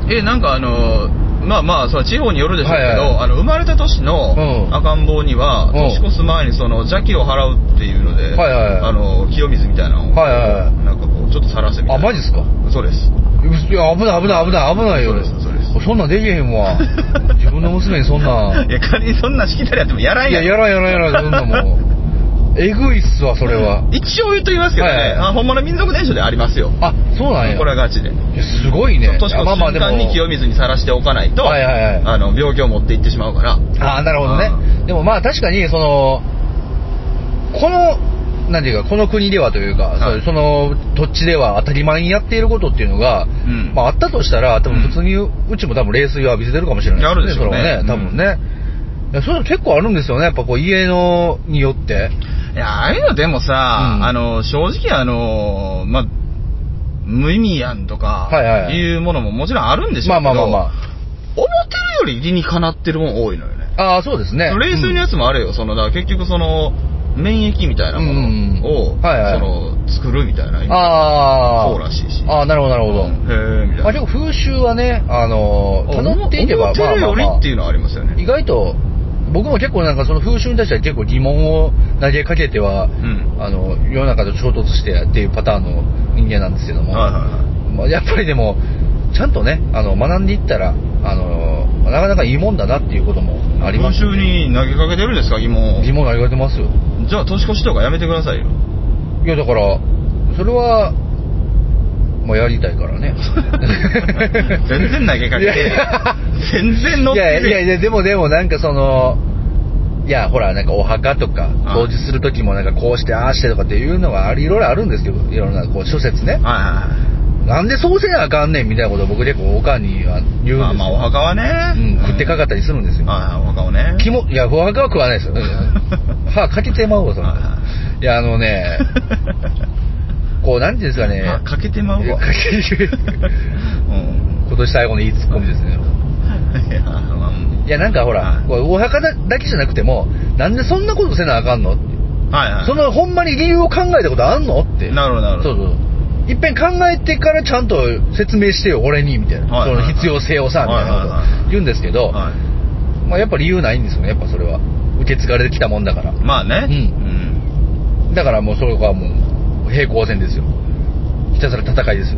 A: えなんかあのまあまあそれは地方によるでしょうけど、
C: はいはい
A: あの生まれた年
C: うん
A: の赤ん坊には、
C: うん
A: 年越す前にその邪気を払うっていうので、
C: はいはいはい
A: あの清水みたいなのを、
C: はいはいはい
A: なんかこうちょっとさらせみたい
C: あ、
A: な
C: マジですか
A: そうです
C: いや、危ない危ない危ない危ないよ。
A: そうですそうです
C: そんなんできへん わ。自分の娘にそんな ん
A: い。や仮にそんなしきたりやってもやらん
C: い
A: や
C: や、
A: ん
C: やらんやらんやらん、そんな もん。えぐいっすわ、それは。
A: 一応言っときますけどね、
C: はいはい
A: あ本物民族伝承でありますよ
C: あ、そうなんや。
A: これはガチで、
C: いやすごいね。
A: 年越す
C: あ
A: 瞬間に清水にさらしておかないと、
C: はいはいはい
A: あの病気を持っていってしまうから
C: ああ、なるほど
A: う
C: ね。でもまあ確かに、その、この、なんていうか、この国ではというか、
A: はい
C: そうその土地では当たり前にやっていることっていうのが、
A: ん
C: まああったとしたら、多分普通に、うちも多分冷水を浴びせてるかもしれない
A: やるでしょうね
C: それはね、多分ね。いやそういうの結構あるんですよね、やっぱこう家のによって。
A: いや、ああいうのでもさ、
C: うん
A: あの、正直あの、まあ、無意味やんとか、
C: はいはいはい
A: いうものももちろんあるんでしょ
C: ま
A: う
C: あ
A: けど、
C: まあまあま
A: 思ってるより理にかなってるもん多いのよね。
C: あ。ああ、そうですね。
A: 冷水のやつもあるよ、その、だから結局その、免疫みたいなものを、
C: うんうんはいは
A: そ
C: い
A: の、作るみたいな意味、
C: ああ。
A: そうらしいし
C: ああ、なるほど、なるほど。
A: へえみたいな。
C: まあ、でも風習はね、あのー、頼っていけば、
A: 思っ
C: まあ
A: てる
C: まあ
A: より
C: まあ
A: っていうのはありますよ
C: 意
A: ね。
C: 外と、僕も結構なんかその風習に対しては結構疑問を投げかけては、
A: ん
C: あの、世の中と衝突してっていうパターンの人間なんですけども、
A: はいはいはい。
C: まあ、やっぱりでも、ちゃんとね、あの、学んでいったら、あの、なかなかいいもんだなっていうこともあります、
A: 今週に投げかけてるんですか、疑問を。
C: 疑問投げかけてますよ。
A: じゃあ、年越しとかやめてください よ。。
C: いや、だから、それは、まあ、やりたいからね
A: 全然投げかけて
C: いや
A: 全然乗って
C: いや
A: る
C: いやいや、でもでもなんかその、いや、ほら、なんかお墓とか、
A: あ
C: 掃除するときもなんかこうして、ああしてとかっていうのがあり、いろいろあるんですけど、いろんなこう諸説ね。
A: はいはいはい。
C: なんでそうせなあかんねんみたいなことを僕結構おかんには言うんですよ。
A: まあ、まあお墓はね、
C: うん、食ってかか
A: っ
C: ったりするんですよ。
A: ああお墓をね
C: 気も、いや、お墓は食わないですよ。歯かけてまうわ、そん
A: はいは
C: な。いや、あのね、こう、なんていうんですかね。
A: あかけてまうわ
C: かけて
A: うん
C: 今年最後のいいツッコミですね。
A: いやまあ
C: いや、なんかほ
A: は
C: ら、
A: い
C: こうお墓だだけじゃなくても、なんでそんなことせなあかんの
A: はいはい
C: そのほんまに理由を考えたことあんのって。
A: なるほどなるほど
C: そうそう。いっぺん考えてからちゃんと説明してよ、俺に、みたいな。
A: はいはいはい
C: その必要性をさ、みたいな
A: はいはい
C: こ
A: は
C: と
A: い
C: 言うんですけど、
A: はい
C: まあやっぱ理由ないんですよね、やっぱそれは。受け継がれてきたもんだから。
A: まあね
C: うん
A: ん、
C: だからもうそれはもう平行線ですよ。ひたすら戦いですよ。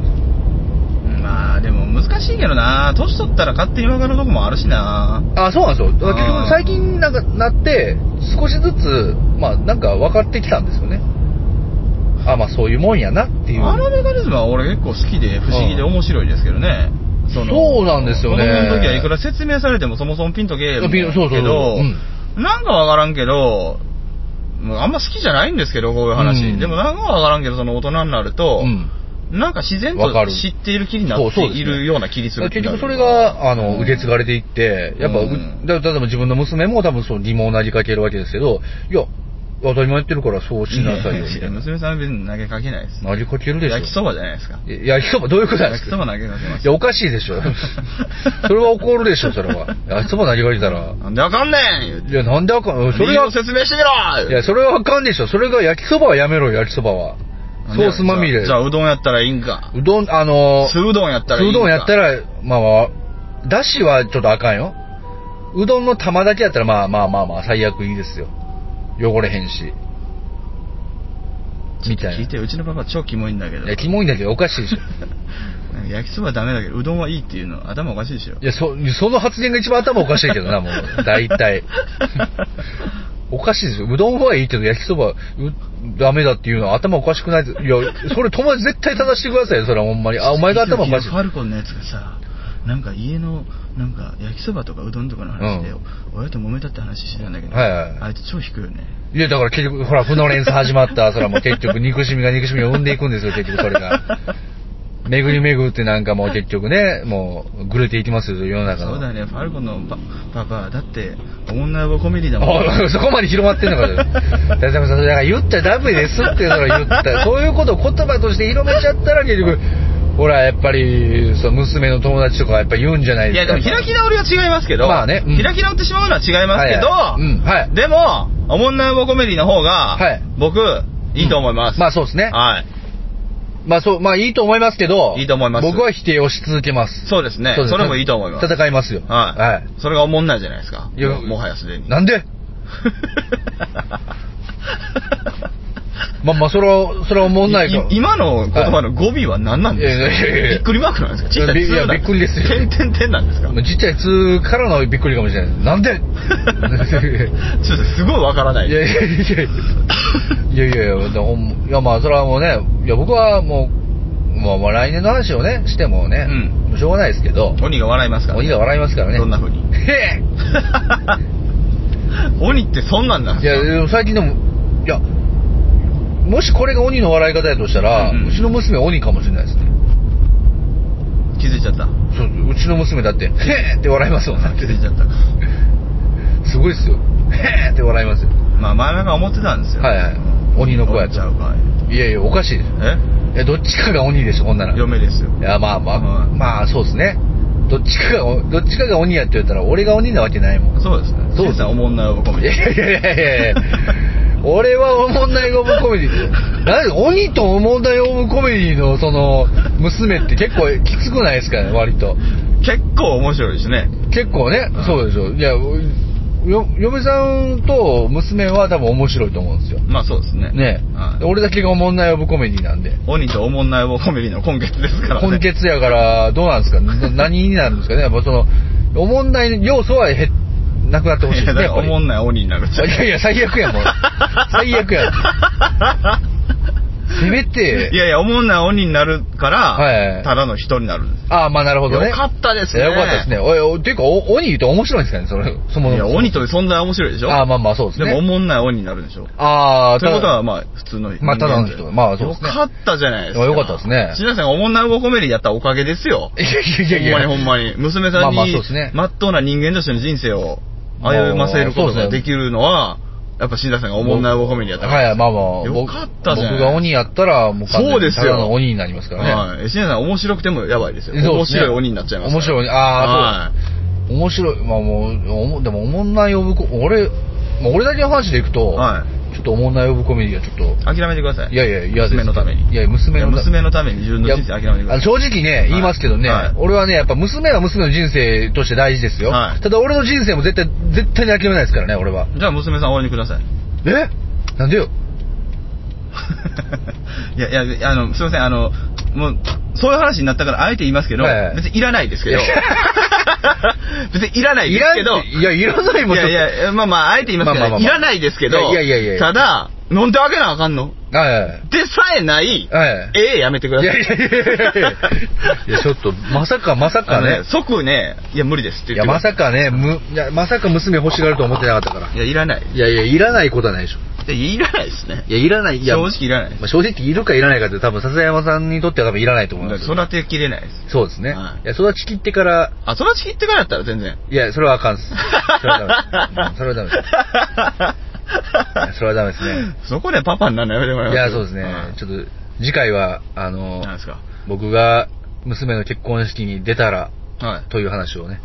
A: まあでも難しいけどな年取ったら勝手に分かるとこもあるしな
C: あそうなんですよ。だから結
A: あー
C: 局最近なんかなって、少しずつ、まあなんか分かってきたんですよね。あまあそういうもんやなっていう。
A: あのメカニズムは俺結構好きで不思議で
C: うん
A: 面白いですけどね、その
C: そうなんですよね
A: 子供の時はいくら説明されてもそもそもピンとけえへん
C: ピンそうそうそう
A: けど、
C: うん
A: なんかわからんけど、もうあんま好きじゃないんですけど、こういう話。
C: うん
A: でもなんかわからんけど、その大人になると、
C: うん。
A: なんか自然と
C: わかる
A: 知っている気になっ
C: そ
A: て
C: うそうです
A: い
C: ね
A: るような気にする
C: 結局それが、あの、受け継
A: れ
C: がれていって、やっぱ、う
A: うん
C: だ例えば自分の娘も多分その疑問を投げかけるわけですけど、いや、当たり前やってるからそうしなさいよ、みたいな。
A: 娘さんは別に投げかけないです。
C: 投げかけるでしょ。
A: 焼きそばじゃないですか。
C: いや焼きそば、どういうことなんで
A: 焼
C: す
A: き
C: か
A: そば投げかけま
C: い
A: す
C: や、。おかしいでし ょ。それは怒るでしょ、それは。焼きそば投げかけたら。
A: なんであかんねん言うて
C: いや、なんであかん、そ
A: 理
C: れ
A: 由
C: は
A: を、説明してみろ
C: いや、それはあかんでしょ。それが焼きそばはやめろよ、焼きそばは。ソースまみれ。
A: じゃあ、うどんやったらいいんか。
C: うどん、あの、
A: 酢うどんやったらいい
C: うん
A: か。
C: どんやったら、まあまあ、だしはちょっとあかんよ。うどんの玉だけやったら、まあまあまあまあ、最悪いいですよ。汚れへんし。
A: ちょ
C: み
A: っと
C: たい
A: 聞
C: ない
A: てようちのパパ超キモいんだけど
C: いや、キモいんだけどおかしいでしょ。
A: なんか焼きそばはダメだけどうどんはいいっていうの頭おかしいでしょ
C: いや、そ、その発言が一番頭おかしいけどな、もう、大体。おかしいですよ。うどんはいいけど、焼きそば、う、ダメだっていうのは頭おかしくないですいや、それ友達絶対正してくださいよ、それはほんまに。あ、お前が頭おかしい
A: フ。ァルコンのやつがさなんか家のなんか焼きそばとかうどんとかの話で、
C: うん
A: 親と揉めたって話してたんだけど、
C: はいはい
A: あいつ超低いよね
C: いや、だから結局、ほら、負の連鎖始まった、それはもう結局、憎しみが憎しみを生んでいく んですよ、結局それが。巡り巡ってなんかもう結局ね、もう、ぐれていきますよ、世の中の。
A: そうだよねファルコンのパパパだって女の子コメディだもん
C: おそこまで広まってん のかよ。だからだから言っちゃダメですっていうのを言った。そういうことを言葉として広めちゃったら結局、ほら、やっぱり、その娘の友達とかはやっぱ言うんじゃない
A: い
C: で
A: や
C: す
A: で
C: か。
A: も開き直りは違いますけど、
C: まあねうん
A: 開き直ってしまうのは違いますけど、
C: はいはいうんはい
A: でもおもんないコメディの方が、
C: はい
A: 僕いいと思います、
C: まあそうですね。
A: はい
C: まあそう、まあいいと思いますけど、
A: いいと思います
C: 僕は否定をし続けます。
A: そうですね
C: う
A: そ
C: です
A: れもいいと思います
C: 戦いますよ。
A: はい、
C: はい。
A: それがおもんないじゃないですか
C: いや
A: もうもはやすでに
C: なんでまあまあ、それは、それは思わない
A: い
C: と。
A: 今の言葉の語尾は何なんですか、
C: はいいやいやいやいや
A: びっくりマークなんですか小さい
C: いや
A: 通なん
C: びっくりですよ
A: 点点点なんです か
C: ちっちゃい2からのびっくりかもしれない。 なんで
A: ちょっとすごいわからない
C: い
A: です
C: やいやいやいやいやいやいや、でほんいやまあそれはもうね、いや僕はもう、まあまあ来年の話をね、してもね、
A: う
C: しょうがないですけど、
A: 鬼が笑いますから、
C: 鬼が笑いますからね。
A: どんな 風に
C: へ
A: 鬼ってそんなんなん
C: えいや、
A: です
C: でも最近でも、いや、もしこれが鬼の笑い方やとしたら、
A: う
C: うん
A: うん
C: ちの娘は鬼かもしれないですね。
A: か気づいちゃった
C: そううちの娘だって、へえって笑いますもんだって
A: 気づいちゃった
C: すごいっすよ。へえって笑いますよ。
A: まあ前々から思ってたんですよ
C: はいはい。鬼の子や
A: ちゃ
C: と。
A: うか
C: いやいや、おかしいです。
A: え
C: いや、どっちかが鬼でしょ、こんなの。
A: 嫁ですよ
C: いや、まあまあ、
A: うん
C: まあそうですね。どっちかが、どっちかが鬼やって言ったら、俺が鬼なわけないもん。
A: そうですね
C: そうです
A: さんおもんないおこ
C: い
A: め
C: やいやいやいやいや俺はおもんないオブコメディで。なんで鬼とおもんないオブコメディの、その、娘って結構きつくないですかね、割と。
A: 結構面白いですね
C: 結構ね
A: うん、
C: そうでしょ。いや、よ嫁さんと娘は多分面白いと思うんですよ。
A: まあそうですね
C: ね
A: はい
C: 俺だけがおもんないオブコメディなんで。
A: 鬼とおもんないおこめりの根血ですからね
C: 根血やから、どうなんで すかな何になるんですかねやっぱその、おもんない要素は減っなくなってほし
A: い
C: いで
A: や
C: す
A: だ
C: ね。
A: か
C: や
A: らお
C: っぱり
A: もんない鬼になる
C: いやいや、最悪 やもん。最悪やん。せめて、
A: いやいやおもんない鬼になるから、
C: はい
A: ただの人になるんです
C: ああ、まあなるほどね。
A: よかったですね
C: よかったですね。おいお、ていうか、お鬼言うと面白いんですかねそれ、そも
A: いや
C: そも。
A: 鬼という存在は面白いでしょ
C: ああ、まあまあそうです
A: で
C: ね。
A: もおもんない鬼になるでしょ
C: ああ、
A: ということは
C: ま
A: まあ普通の人
C: まあただの人まあそうですね
A: よかったじゃないですか
C: よかったですね
A: 篠田さんがおもんないおこめりやったおかげですよ
C: あ、いやいやいや
A: ほんまにほんまに。娘さんに、
C: まあまあそうですね
A: 真っ当な人間としての人生を歩ませることができるのは、やっぱ新田さんがおもんないお褒めにやった
C: はい、まあまあ。
A: よかったじゃん。
C: 僕が鬼やったら、もう完全に
A: そうですよ
C: ただの鬼になりますからね。
A: はい。新田さん面白くてもやばいですよ。
C: そう
A: 面
C: ですね
A: 白い鬼になっちゃいますから。
C: 面白い鬼あ
A: は
C: ー
A: い
C: 面白い、まあもう、おもでも、おもんない呼ぶこ、俺、まあ、俺だけの話でいくと、
A: は
C: ちょっとおもんない呼ぶコメディはちょっと、
A: 諦めてください。
C: いやいや、嫌です。
A: 娘のために。
C: いや、娘の
A: いや娘の
C: た
A: ために自分の人生諦めてく
C: いや
A: だ
C: あの
A: さい。
C: 正直ね、言いますけどね、
A: はい
C: 俺はね、やっぱ娘は娘の人生として大事ですよ。
A: はい
C: ただ俺の人生も絶対、絶対に諦めないですからね、俺は。
A: じゃあ娘さん終わりにください。
C: えなんでよ。
A: いやいや、あの、すいません、あの、もう、そういう話になったから、あえて言いますけど、
C: はいはい
A: 別にいらないですけど
C: いや、
A: 別にいらない
C: い
A: です
C: らん
A: けど、
C: いや、いらないもん
A: いやい
C: や、
A: やいや、まあまあ、あえて言いますけど、
C: まあまあまあ
A: いらないですけど、
C: いやいやいやいや
A: ただ、飲んであげなあかんの
C: はいはい。
A: でさえない、
C: はい
A: ええやめてくだ
C: い
A: さ
C: や
A: い。
C: いやいやいやいやいや、ちょっと、まさかまさ
A: あ
C: か
A: の
C: ね
A: ね、。即ね、いや、無理ですって
C: い
A: 言
C: や、
A: ってくだ
C: ま
A: さい
C: さかね、む、いや、まさか娘欲しがると思ってなかったから。
A: いや、いらない。
C: いやいや、いらないことはないでしょ。
A: いや、いらないですね。
C: いや、いらない、いや、
A: 正直いらないです
C: まあ、正直いるかいらないかって多分、笹山さんにとっては多分いらないと思いますよ。
A: 育てきれないです。
C: そうですね。
A: はい
C: い、や、育ち切ってから、
A: あ、育ち切ってからやったら全然。
C: いや、それはあかんっす。それはダメです。それはダメです。 やそれはダメですね。
A: そこでパパになるのやめてもら
C: いや、そうですね。
A: ち
C: ち
A: ょ
C: ょっと、次回は、あの
A: っと。、なんですか
C: 僕が娘の結婚式に出たら、
A: はい。
C: という話をね、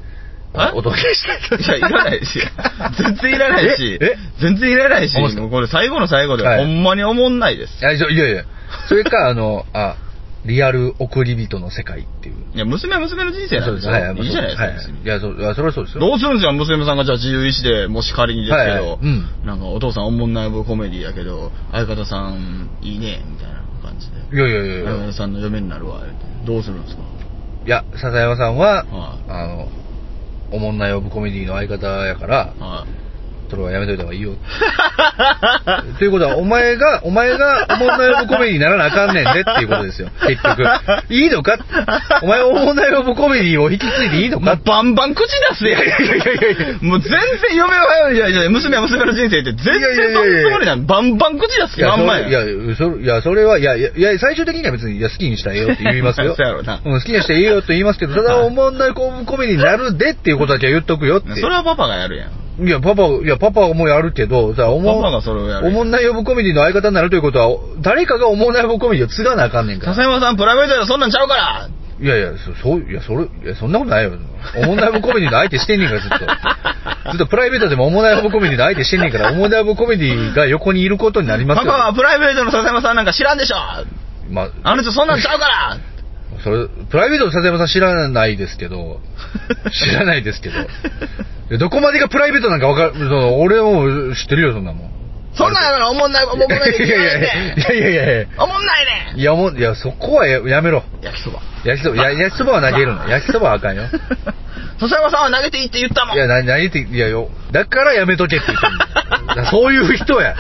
A: え
C: お届けしたいと
A: いや、いらないし。全然いらないし。
C: ええ
A: 全然いらないし。
C: ほんまっすか
A: もうこれ最後の最後で
C: はい
A: ほんまにおもんないです。
C: いや、いやいや、それか、あの、あ、リアル送り人の世界っていう。
A: いや、娘は娘の人生なんですよ。
C: はいはい
A: いじゃないですか、
C: はい
A: 別に
C: いや、そういやそれはそうですよ。
A: どうするんですか、娘さんがじゃあ自由意志で、もし仮にですけど、
C: はいはいうん
A: なんかお父さんおもんない部コメディやけど、相方さんいいね、みたいな感じで。
C: いやいやいやいや
A: 相方さんの嫁になるわ、言うてどうするんですか
C: いや、笹山さん
A: はい
C: は、あの、おもんないオブコメディの相方やから、
A: はい。
C: それはやめといた方がいいよ。 ということは、お前が、お前がおもんないオブコメディにならなあかんねんでっていうこと ですよ。結局。いいのかお前おもんないオブコメディを引き継いでいいの
A: も
C: か
A: うバンバン口出すで。いやいやいやいやもう全然嫁は早いやいや、娘は娘の人生って全然そんなつもりなんバンバン口出す
C: いや、
A: ま
C: そ
A: んま
C: れ
A: や。
C: いや、それいやそれは、いや、いや、いや最終的には別に、いや、好きにしたらええよって言います よ。
A: そうやろな
C: うん、好きにしてええよって言います けど、ただ、おもんないコメディになるでっていうことだけは言っとくよって。
A: それはパパがやるやん。
C: いや、パパ、いや、パパもやるけど、さ、おも、
A: パパがそれをやる
C: おもんない呼ぶコメディの相方になるということは、誰かがおもんない呼ぶコメディを継がなあかんねんから。
A: 笹山さんプライベートでそんなんちゃうから
C: いやいや、そそう、いや、それ、いや、そんなことない よ。おもんない呼ぶコメディの相手してんねんから、ずっと。ずっとプライベートでもおもんない呼ぶコメディの相手してんねんから、おもんない呼ぶコメディが横にいることになりま
A: パ
C: す
A: パ
C: よ。
A: はプライベートの笹山さんなんか知らんでしょあ
C: まあ、
A: の人そんなんちゃうから
C: それ、プライベートの笹山さん知らないですけ ど、知らないですけど。いやどこまでがプライベートなんかわかる、その俺も知ってるよ、そんなもん。
A: そんなんやからおもんない、おもんない
C: いやいやいやいやいやいやいや。
A: おもんないね
C: いや、もう、いや、そこはややめろ。
A: 焼きそば。
C: 焼きそば、や焼きそばは投げるの。焼きそばはあか んよ。
A: 笹山さんは投げていいって言ったもん
C: いや、な、投げて、いやよ。だからやめとけって言ってんの いやそういう人や。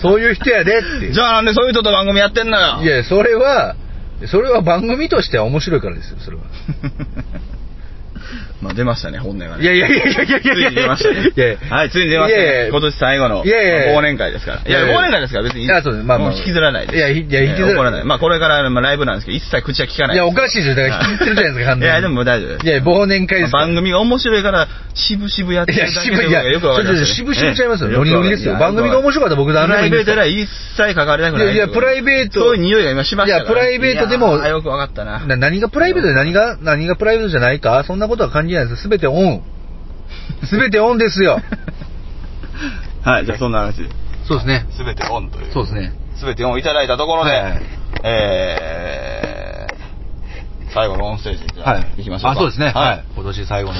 C: そういう人やでって。
A: じゃあなんでそういう人と番組やってんのよ
C: いや、それは、それは番組としては面白いからですよ、それは。
A: まあ出ましたね、本音がね。
C: いやいやいやいやいやい
A: つ
C: やい
A: い
C: や
A: に出ましたね。
C: いやいや
A: はい、ついに出ました
C: いやい
A: ね。
C: や
A: 今年最後の
C: いやいやいや
A: 忘年会ですから。いや、
C: いやいや
A: 忘年会ですから、別に。
C: いやそうですまあまあ
A: も引きずらないです。
C: いやいや引きずらない
A: 怒らない。まあこれからまあライブなんですけど、一切口は聞かない
C: いや、おかしいですよ。だから引きずってるじゃないですか、完
A: い
C: 全に。
A: や、でも大丈夫です
C: い。や、忘年会ですから。
A: 番組が面白いから、渋々やって
C: い
A: る
C: や、
A: だけ
C: 渋
A: と
C: い、いや、
A: がよくわかりますよね。
C: 渋々ちゃいますよ。
A: ええ
C: ノリノリですよ。番組が面白かったら僕だ
A: プライベートでは一切関わりたくない。
C: いやいやプライベート
A: そういう匂いが今しましたから。
C: いやプライベートでも
A: いやよくわかったな。
C: な何がプライベートで何が、何がプライベートじゃないかそんなことは関係ないです。すべてオ ン。すべてオンですよ。
A: はい、じゃあそんな話で。
C: そうですね。
A: すべてオンという。
C: そうですね。
A: すべてオンいただいたところで、
C: はい
A: えー、最後のオンステージじゃあ、行きましょうか。
C: あ、そうですね。
A: は
C: はいい。。今年最後の。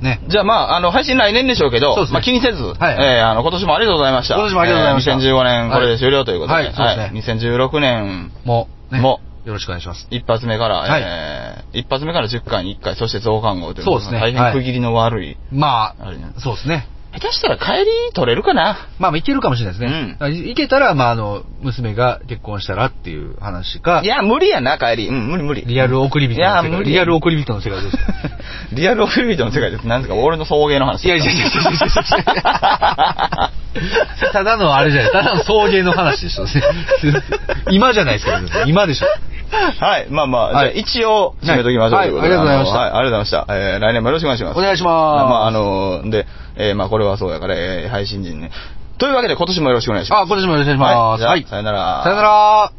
C: ね。
A: じゃあまあ、あの、配信来年でしょうけど、
C: そうですね
A: まあ気にせず、
C: はい
A: えーあの、今年もありがとうございました。
C: 今年もありがとうございました
A: えー2015年これで終了ということで、
C: はいはいそうですね
A: 2016年、
C: もう、ね。
A: も
C: よろしくお願いします。
A: 一発目から、
C: はい
A: えー一発目から10回に1回、そして増刊号という
C: そうですね
A: 大変
C: はい
A: 区切りの悪い。
C: ま
A: あれね
C: あ、そうですね。
A: 下手したら帰り取れるかな
C: まあ、いけるかもしれないで
A: う
C: す
A: ん
C: ね。だからいいけたら、まあ、あの、娘が結婚したらっていう話か
A: い、や、無理やな、帰り。うん、無理無理。
C: リアル送り人の
A: いや
C: 世
A: 無
C: 界。
A: 理
C: リアル送り人の世界です。
A: リアルオフィビートの世界です。なんですか、俺の送迎の話。
C: いやいやいやいやいやいや ただのあれじゃない、ただの送迎の話でしょ。 今じゃないですけど、今でしょ。
A: はい、まあまあ、
C: はい
A: じゃあ一応、締めときましょう
C: はい
A: ということで。
C: はいありがとうございまし
A: あ
C: た
A: のはい、ありがとうございました。えー、来年もよろしくお願いします。
C: お願いします
A: まあ、あの、で、えー、まあ、これはそうやから、えー、配信陣ね。というわけで、今年もよろしくお願いします。
C: あ、今年もよろしくお願いします。
A: は
C: はいい。
A: じゃあさよなら
C: さよなら。